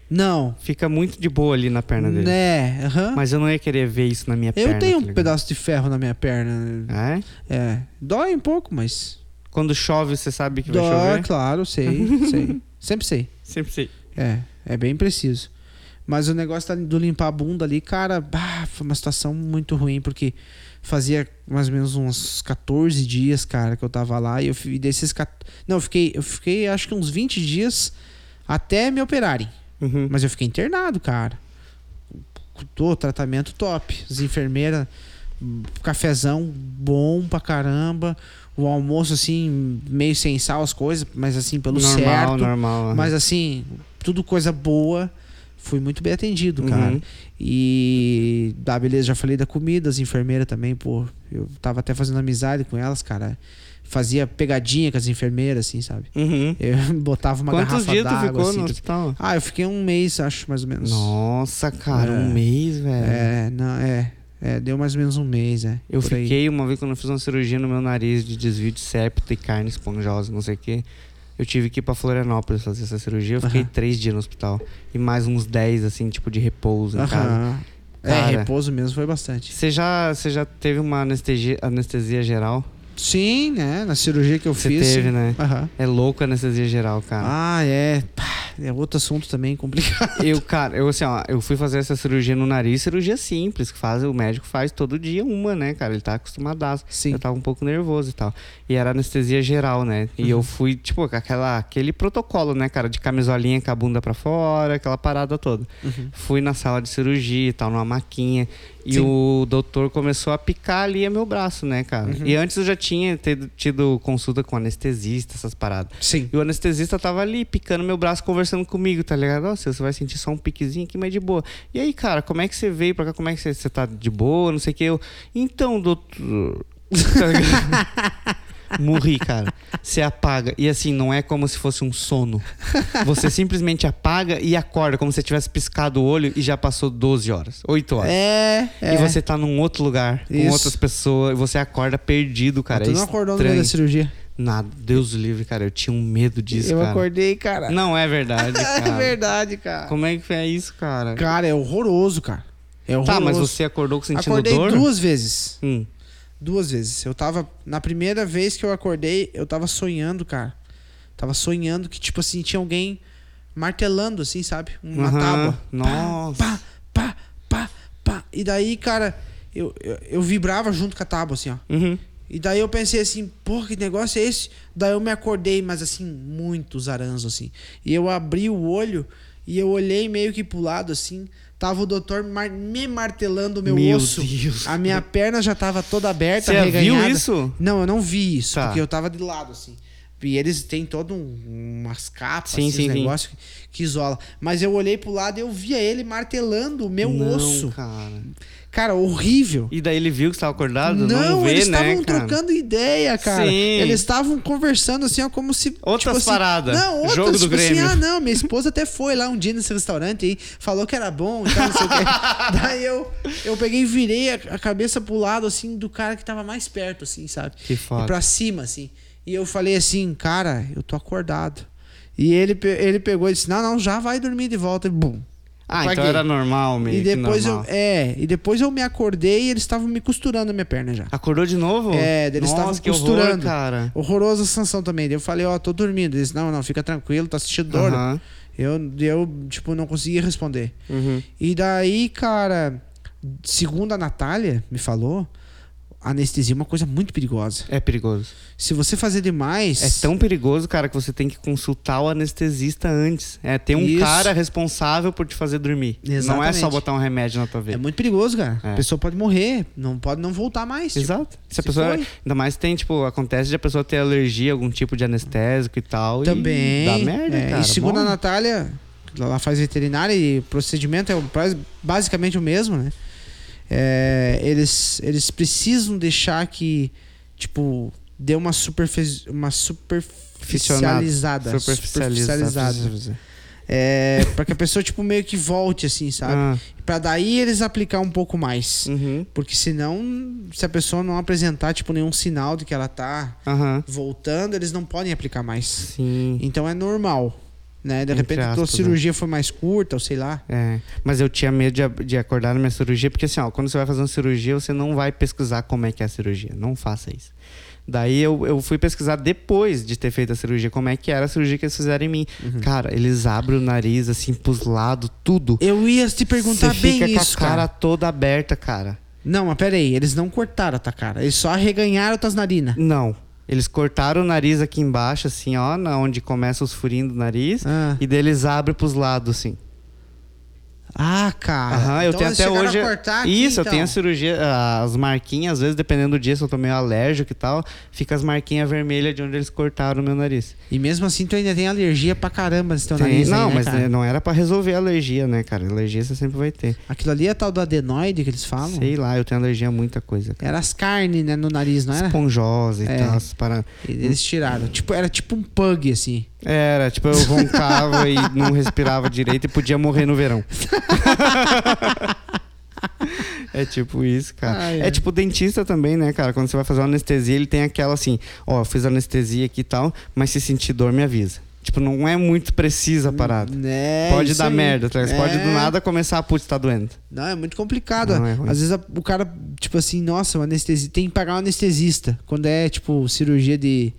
[SPEAKER 1] Não.
[SPEAKER 2] Fica muito de boa ali na perna dele.
[SPEAKER 1] Né? aham.
[SPEAKER 2] Mas eu não ia querer ver isso na minha
[SPEAKER 1] Eu
[SPEAKER 2] perna.
[SPEAKER 1] tenho
[SPEAKER 2] tá
[SPEAKER 1] um
[SPEAKER 2] ligado?
[SPEAKER 1] pedaço de ferro na minha perna.
[SPEAKER 2] É?
[SPEAKER 1] É. Dói um pouco, mas.
[SPEAKER 2] Quando chove, você sabe que vai
[SPEAKER 1] Dói,
[SPEAKER 2] chover?
[SPEAKER 1] claro, sei, sei. Sempre sei.
[SPEAKER 2] Sempre sei.
[SPEAKER 1] É, é bem preciso. Mas o negócio da- do limpar a bunda ali, cara, bah, foi uma situação muito ruim, porque fazia mais ou menos uns 14 dias, cara, que eu tava lá e eu fi- e desses 14, não, eu fiquei, eu fiquei acho que uns 20 dias até me operarem.
[SPEAKER 2] Uhum.
[SPEAKER 1] Mas eu fiquei internado, cara. Tô, tratamento top. As enfermeiras, hum, cafezão bom pra caramba. O almoço, assim, meio sem sal as coisas, mas assim, pelo
[SPEAKER 2] normal,
[SPEAKER 1] certo.
[SPEAKER 2] normal. aham.
[SPEAKER 1] Mas assim, tudo coisa boa. Fui muito bem atendido,
[SPEAKER 2] Uhum.
[SPEAKER 1] cara. E da beleza, já falei da comida, as enfermeiras também, pô. Eu tava até fazendo amizade com elas, cara. Fazia pegadinha com as enfermeiras, assim, sabe?
[SPEAKER 2] Uhum.
[SPEAKER 1] Eu botava uma
[SPEAKER 2] Quantos
[SPEAKER 1] garrafa
[SPEAKER 2] dias tu
[SPEAKER 1] d'água,
[SPEAKER 2] ficou
[SPEAKER 1] assim,
[SPEAKER 2] no
[SPEAKER 1] tu-
[SPEAKER 2] hospital?
[SPEAKER 1] Ah, eu fiquei um mês, acho, mais ou menos.
[SPEAKER 2] Nossa, cara, um mês, velho.
[SPEAKER 1] É, não, é. É, deu mais ou menos um mês, é.
[SPEAKER 2] Eu
[SPEAKER 1] Por aí.
[SPEAKER 2] fiquei uma vez quando eu fiz uma cirurgia no meu nariz de desvio de septo e carne esponjosa, não sei o quê. Eu tive que ir pra Florianópolis fazer essa cirurgia. Eu fiquei
[SPEAKER 1] Aham.
[SPEAKER 2] três dias no hospital. E mais uns dez, assim, tipo, de repouso em casa.
[SPEAKER 1] Aham. É,
[SPEAKER 2] Cara.
[SPEAKER 1] repouso mesmo foi bastante.
[SPEAKER 2] Você já, você já teve uma anestesia, anestesia geral?
[SPEAKER 1] Sim, né? Na cirurgia que eu
[SPEAKER 2] Você
[SPEAKER 1] fiz.
[SPEAKER 2] teve,
[SPEAKER 1] sim.
[SPEAKER 2] né?
[SPEAKER 1] Aham.
[SPEAKER 2] É louco a anestesia geral, cara.
[SPEAKER 1] Ah, é. Pá, É outro assunto também complicado.
[SPEAKER 2] Eu, cara, eu assim, ó, eu fui fazer essa cirurgia no nariz, cirurgia simples, que faz, o médico faz todo dia uma, né, cara? Ele tá acostumadaço.
[SPEAKER 1] Sim.
[SPEAKER 2] Eu tava um pouco nervoso e tal. E era anestesia geral, né? E
[SPEAKER 1] Uhum.
[SPEAKER 2] eu fui, tipo, com aquela, aquele protocolo, né, cara, de camisolinha com a bunda pra fora, aquela parada toda. Fui na sala de cirurgia e tal, numa maquinha. E
[SPEAKER 1] Uhum. Sim.
[SPEAKER 2] o doutor começou a picar ali a meu braço, né, cara?
[SPEAKER 1] Uhum.
[SPEAKER 2] E antes eu já tinha tido, tido consulta com anestesista, essas paradas.
[SPEAKER 1] Sim.
[SPEAKER 2] E o anestesista tava ali picando meu braço, conversando comigo, tá ligado? Nossa, você vai sentir só um piquezinho aqui, mas de boa. E aí, cara, como é que você veio pra cá? Como é que você, você tá de boa? Não sei o que. Eu, então, doutor. Tá ligado? Morri, cara. Você apaga. E assim, não é como se fosse um sono. Você simplesmente apaga e acorda, como se você tivesse piscado o olho e já passou 12 horas, 8 horas.
[SPEAKER 1] É, é.
[SPEAKER 2] E você tá num outro lugar, com
[SPEAKER 1] Isso.
[SPEAKER 2] outras pessoas, e você acorda perdido, cara.
[SPEAKER 1] Tu
[SPEAKER 2] é
[SPEAKER 1] não acordou Tá no meio da
[SPEAKER 2] estranho.
[SPEAKER 1] cirurgia?
[SPEAKER 2] Nada, Deus o livre, cara. Eu tinha um medo disso,
[SPEAKER 1] eu
[SPEAKER 2] cara.
[SPEAKER 1] acordei, cara.
[SPEAKER 2] Não é verdade, cara.
[SPEAKER 1] É verdade, cara.
[SPEAKER 2] Como é que é isso, cara?
[SPEAKER 1] Cara, é horroroso, cara. É horroroso.
[SPEAKER 2] Tá, mas você acordou sentindo
[SPEAKER 1] Acordei
[SPEAKER 2] dor?
[SPEAKER 1] duas vezes.
[SPEAKER 2] Hum.
[SPEAKER 1] Duas vezes. Eu tava. Na primeira vez que eu acordei, eu tava sonhando, cara. Tava sonhando que, tipo assim, tinha alguém martelando, assim, sabe? Uma
[SPEAKER 2] Aham.
[SPEAKER 1] tábua.
[SPEAKER 2] Nossa.
[SPEAKER 1] Pá, pá, pá, pá. E daí, cara, eu, eu, eu vibrava junto com a tábua, assim, ó.
[SPEAKER 2] Uhum.
[SPEAKER 1] E daí eu pensei assim, porra, que negócio é esse? Daí eu me acordei, mas assim, muito zaranzo, assim. E eu abri o olho e eu olhei meio que pro lado, assim. Tava o doutor mar- me martelando o meu,
[SPEAKER 2] Meu
[SPEAKER 1] osso.
[SPEAKER 2] Deus.
[SPEAKER 1] A minha perna já tava toda aberta,
[SPEAKER 2] Você viu
[SPEAKER 1] reganhada.
[SPEAKER 2] isso?
[SPEAKER 1] Não, eu não vi isso,
[SPEAKER 2] Tá.
[SPEAKER 1] porque eu tava de lado, assim. E eles têm todo um, umas capas,
[SPEAKER 2] Sim,
[SPEAKER 1] assim,
[SPEAKER 2] sim,
[SPEAKER 1] uns
[SPEAKER 2] sim.
[SPEAKER 1] negócios que, que isola. Mas eu olhei pro lado e eu via ele martelando o meu
[SPEAKER 2] Não,
[SPEAKER 1] É um osso.
[SPEAKER 2] cara.
[SPEAKER 1] Cara, horrível.
[SPEAKER 2] E daí ele viu que você tava acordado?
[SPEAKER 1] Não,
[SPEAKER 2] vê,
[SPEAKER 1] eles
[SPEAKER 2] né,
[SPEAKER 1] estavam
[SPEAKER 2] cara?
[SPEAKER 1] trocando ideia, cara.
[SPEAKER 2] Sim.
[SPEAKER 1] Eles estavam conversando assim, ó, como se.
[SPEAKER 2] Outras
[SPEAKER 1] assim,
[SPEAKER 2] paradas.
[SPEAKER 1] Não, outras,
[SPEAKER 2] Jogo do
[SPEAKER 1] tipo assim,
[SPEAKER 2] Grêmio.
[SPEAKER 1] ah, não, minha esposa até foi lá um dia nesse restaurante e falou que era bom e tal, não sei o quê. Daí eu, eu peguei e virei a, a cabeça pro lado, assim, do cara que tava mais perto, assim, sabe?
[SPEAKER 2] Que foda.
[SPEAKER 1] E pra cima, assim. E eu falei assim, cara, eu tô acordado. E ele, pe- ele pegou e disse: Não, não, já vai dormir de volta. E bum.
[SPEAKER 2] Ah,
[SPEAKER 1] Pra
[SPEAKER 2] então
[SPEAKER 1] quê?
[SPEAKER 2] era normal meio
[SPEAKER 1] E depois
[SPEAKER 2] que
[SPEAKER 1] eu.
[SPEAKER 2] normal.
[SPEAKER 1] É, e depois eu me acordei e eles estavam me costurando a minha perna já.
[SPEAKER 2] Acordou de novo?
[SPEAKER 1] É, daí eles
[SPEAKER 2] Nossa,
[SPEAKER 1] estavam
[SPEAKER 2] que
[SPEAKER 1] costurando.
[SPEAKER 2] Horror, cara.
[SPEAKER 1] Horrorosa a sanção também. Daí eu falei, ó, tô dormindo. Eles, não, não, fica tranquilo, tá assistindo dor.
[SPEAKER 2] Aham.
[SPEAKER 1] Eu, eu, tipo, não conseguia responder.
[SPEAKER 2] Uhum.
[SPEAKER 1] E daí, cara, segundo a Natália me falou, anestesia é uma coisa muito perigosa.
[SPEAKER 2] É perigoso.
[SPEAKER 1] Se você fazer demais.
[SPEAKER 2] É tão perigoso, cara, que você tem que consultar o anestesista antes. É, tem um
[SPEAKER 1] Isso.
[SPEAKER 2] cara responsável por te fazer dormir. Não é só
[SPEAKER 1] Exatamente.
[SPEAKER 2] botar um remédio na tua veia.
[SPEAKER 1] É muito perigoso, cara.
[SPEAKER 2] É.
[SPEAKER 1] A pessoa pode morrer, não pode não voltar mais. tipo.
[SPEAKER 2] Exato. Se a
[SPEAKER 1] se
[SPEAKER 2] pessoa.
[SPEAKER 1] foi.
[SPEAKER 2] Ainda mais tem, tipo, acontece de a pessoa ter alergia, a algum tipo de anestésico e tal. e
[SPEAKER 1] Também.
[SPEAKER 2] dá merda,
[SPEAKER 1] é,
[SPEAKER 2] cara.
[SPEAKER 1] E segundo
[SPEAKER 2] Bom,
[SPEAKER 1] a Natália, ela faz veterinária e o procedimento é o- pra- basicamente o mesmo, né? É, eles, eles precisam deixar que, tipo, dê uma, superfi uma superficializada.
[SPEAKER 2] Superficializada.
[SPEAKER 1] É, pra que a pessoa, tipo, meio que volte, assim, sabe?
[SPEAKER 2] Ah.
[SPEAKER 1] Pra daí eles aplicar um pouco mais.
[SPEAKER 2] Uhum.
[SPEAKER 1] Porque senão, se a pessoa não apresentar, tipo, nenhum sinal de que ela tá
[SPEAKER 2] Aham.
[SPEAKER 1] voltando, eles não podem aplicar mais.
[SPEAKER 2] Sim.
[SPEAKER 1] Então é normal, né? De
[SPEAKER 2] Entre
[SPEAKER 1] repente a tua
[SPEAKER 2] aspas, né?
[SPEAKER 1] cirurgia foi mais curta, ou sei lá.
[SPEAKER 2] É, mas eu tinha medo de, ab- de acordar na minha cirurgia, porque assim, ó, quando você vai fazer uma cirurgia, você não vai pesquisar como é que é a cirurgia. Não faça isso. Daí eu, eu fui pesquisar depois de ter feito a cirurgia, como é que era a cirurgia que eles fizeram em mim.
[SPEAKER 1] Uhum.
[SPEAKER 2] Cara, eles abrem o nariz, assim, pros lados, tudo.
[SPEAKER 1] Eu ia te perguntar
[SPEAKER 2] Você
[SPEAKER 1] bem
[SPEAKER 2] fica com
[SPEAKER 1] isso,
[SPEAKER 2] a cara
[SPEAKER 1] cara.
[SPEAKER 2] toda aberta, cara.
[SPEAKER 1] Não, mas peraí, eles não cortaram a tua cara, eles só arreganharam tuas narinas.
[SPEAKER 2] Não. Eles cortaram o nariz aqui embaixo, assim, ó, na onde começa os furinhos do nariz.
[SPEAKER 1] Ah.
[SPEAKER 2] E daí eles abrem pros lados, assim.
[SPEAKER 1] Ah, cara.
[SPEAKER 2] Aham, eu
[SPEAKER 1] Então
[SPEAKER 2] tenho
[SPEAKER 1] eles
[SPEAKER 2] até
[SPEAKER 1] chegaram
[SPEAKER 2] hoje.
[SPEAKER 1] a cortar aqui,
[SPEAKER 2] Isso, eu
[SPEAKER 1] então.
[SPEAKER 2] tenho a cirurgia, ah, as marquinhas, às vezes, dependendo do dia, se eu tô meio alérgico e tal, fica as marquinhas vermelhas de onde eles cortaram o meu nariz.
[SPEAKER 1] E mesmo assim tu ainda tem alergia pra caramba nesse teu
[SPEAKER 2] Tem-
[SPEAKER 1] nariz. aí,
[SPEAKER 2] não,
[SPEAKER 1] né,
[SPEAKER 2] mas
[SPEAKER 1] cara?
[SPEAKER 2] né, não era pra resolver a alergia, né, cara? Alergia você sempre vai ter.
[SPEAKER 1] Aquilo ali é tal do adenoide que eles falam?
[SPEAKER 2] Sei lá, eu tenho alergia a muita coisa, cara.
[SPEAKER 1] Era as carnes, né, no nariz, não era?
[SPEAKER 2] Esponjosa e
[SPEAKER 1] É.
[SPEAKER 2] tal, essas paradas.
[SPEAKER 1] E Eles tiraram. Tipo, era tipo um pug, assim.
[SPEAKER 2] Era, tipo, eu roncava e não respirava direito e podia morrer no verão. É tipo isso, cara.
[SPEAKER 1] Ai,
[SPEAKER 2] é
[SPEAKER 1] ai.
[SPEAKER 2] tipo dentista também, né, cara? Quando você vai fazer uma anestesia, ele tem aquela assim, ó, eu fiz anestesia aqui e tal, mas se sentir dor, me avisa. Tipo, não é muito precisa a parada.
[SPEAKER 1] Né,
[SPEAKER 2] pode
[SPEAKER 1] isso
[SPEAKER 2] dar
[SPEAKER 1] aí.
[SPEAKER 2] merda, tá ligado? Você Pode
[SPEAKER 1] É.
[SPEAKER 2] do nada começar, putz, tá doendo.
[SPEAKER 1] Não, é muito complicado.
[SPEAKER 2] Não, é ruim.
[SPEAKER 1] Às vezes a- o cara, tipo assim, nossa, o anestesi... tem que pagar um anestesista. Quando é, tipo, cirurgia de,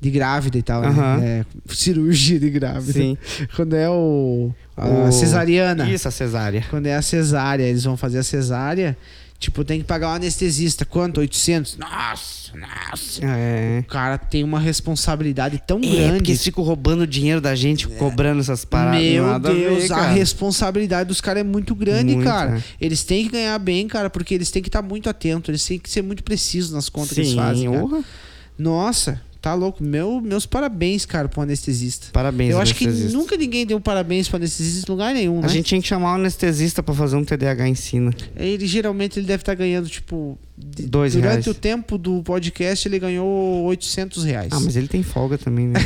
[SPEAKER 1] de grávida e tal. né?
[SPEAKER 2] Aham.
[SPEAKER 1] É, cirurgia de grávida.
[SPEAKER 2] Sim.
[SPEAKER 1] Quando é o, a
[SPEAKER 2] O-
[SPEAKER 1] cesariana.
[SPEAKER 2] Isso, a cesárea.
[SPEAKER 1] Quando é a cesárea, eles vão fazer a cesárea. Tipo, tem que pagar um anestesista. Quanto? 800? Nossa, nossa.
[SPEAKER 2] É.
[SPEAKER 1] O cara tem uma responsabilidade tão
[SPEAKER 2] É, porque
[SPEAKER 1] grande.
[SPEAKER 2] eles ficam roubando dinheiro da gente, cobrando essas paradas.
[SPEAKER 1] É. Meu
[SPEAKER 2] Nada a ver,
[SPEAKER 1] Deus, a,
[SPEAKER 2] cara.
[SPEAKER 1] responsabilidade dos caras é muito grande,
[SPEAKER 2] Muito,
[SPEAKER 1] cara.
[SPEAKER 2] é.
[SPEAKER 1] Eles têm que ganhar bem, cara, porque eles têm que estar muito atentos, eles têm que ser muito precisos nas contas que eles
[SPEAKER 2] Sim,
[SPEAKER 1] fazem. cara.
[SPEAKER 2] orra.
[SPEAKER 1] Nossa, tá louco. Meu, meus parabéns, cara, pro anestesista.
[SPEAKER 2] Parabéns,
[SPEAKER 1] Eu acho que
[SPEAKER 2] anestesista.
[SPEAKER 1] nunca ninguém deu parabéns pro anestesista em lugar nenhum,
[SPEAKER 2] A
[SPEAKER 1] né?
[SPEAKER 2] gente tinha que chamar um anestesista pra fazer um TDAH ensina.
[SPEAKER 1] Ele geralmente ele deve estar ganhando, tipo. de-
[SPEAKER 2] Dois
[SPEAKER 1] durante
[SPEAKER 2] reais.
[SPEAKER 1] o tempo do podcast, ele ganhou 800 reais.
[SPEAKER 2] Ah, mas ele tem folga também, né?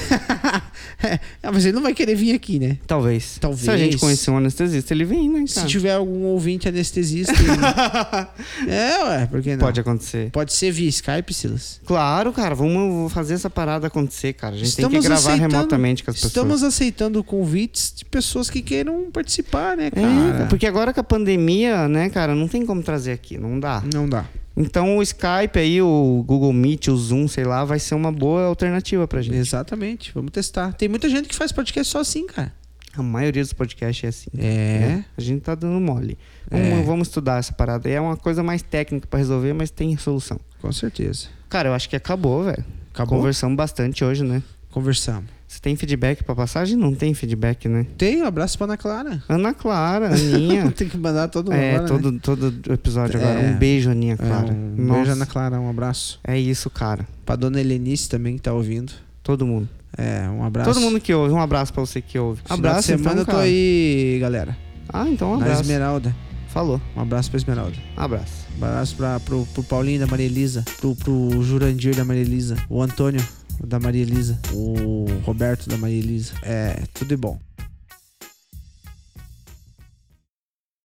[SPEAKER 1] Ah, mas ele não vai querer vir aqui, né?
[SPEAKER 2] Talvez.
[SPEAKER 1] Talvez.
[SPEAKER 2] Se a gente conhecer um anestesista, ele vem, né,
[SPEAKER 1] Se
[SPEAKER 2] cara?
[SPEAKER 1] tiver algum ouvinte anestesista. ele- é, ué, por que não?
[SPEAKER 2] Pode acontecer.
[SPEAKER 1] Pode ser via Skype, Silas?
[SPEAKER 2] Claro, cara, vamos fazer essa parada acontecer, cara. A gente tem que gravar
[SPEAKER 1] aceitando-
[SPEAKER 2] remotamente com as pessoas.
[SPEAKER 1] Estamos aceitando convites de pessoas que queiram participar, né, cara?
[SPEAKER 2] É, porque agora com a pandemia, né, cara, não tem como trazer aqui, não dá.
[SPEAKER 1] Não dá.
[SPEAKER 2] Então o Skype aí, o Google Meet, o Zoom, sei lá, vai ser uma boa alternativa pra gente.
[SPEAKER 1] Exatamente. Vamos testar. Tem muita gente que faz podcast só assim, cara.
[SPEAKER 2] A maioria dos podcasts é assim.
[SPEAKER 1] É.
[SPEAKER 2] A gente tá dando mole. Vamos, vamos estudar essa parada. aí. É uma coisa mais técnica pra resolver, mas tem solução.
[SPEAKER 1] Com certeza.
[SPEAKER 2] Cara, eu acho que acabou, velho.
[SPEAKER 1] Acabou?
[SPEAKER 2] Conversamos bastante hoje, né?
[SPEAKER 1] Conversamos.
[SPEAKER 2] Você tem feedback pra passagem? Não tem feedback, né?
[SPEAKER 1] Tem um abraço pra Ana Clara.
[SPEAKER 2] Ana Clara, Aninha.
[SPEAKER 1] Tem que mandar todo mundo.
[SPEAKER 2] é,
[SPEAKER 1] agora,
[SPEAKER 2] todo,
[SPEAKER 1] né?
[SPEAKER 2] todo episódio agora.
[SPEAKER 1] É.
[SPEAKER 2] Um beijo, Aninha
[SPEAKER 1] É,
[SPEAKER 2] Clara.
[SPEAKER 1] um
[SPEAKER 2] Nossa.
[SPEAKER 1] beijo, Ana Clara. Um abraço.
[SPEAKER 2] É isso, cara.
[SPEAKER 1] Pra dona Helenice também, que tá ouvindo.
[SPEAKER 2] Todo mundo.
[SPEAKER 1] É, um abraço.
[SPEAKER 2] Todo mundo que ouve. Um abraço pra você que ouve.
[SPEAKER 1] Final de
[SPEAKER 2] Abraço, então,
[SPEAKER 1] semana eu tô
[SPEAKER 2] cara.
[SPEAKER 1] aí, galera.
[SPEAKER 2] Ah, então um
[SPEAKER 1] Na
[SPEAKER 2] abraço.
[SPEAKER 1] Esmeralda.
[SPEAKER 2] Falou.
[SPEAKER 1] Um abraço pra Esmeralda.
[SPEAKER 2] Abraço.
[SPEAKER 1] Um abraço pra, pro, pro Paulinho da Maria Elisa, pro, pro Jurandir da Maria Elisa, o Antônio da Maria Elisa, o Roberto da Maria Elisa. É, tudo de bom.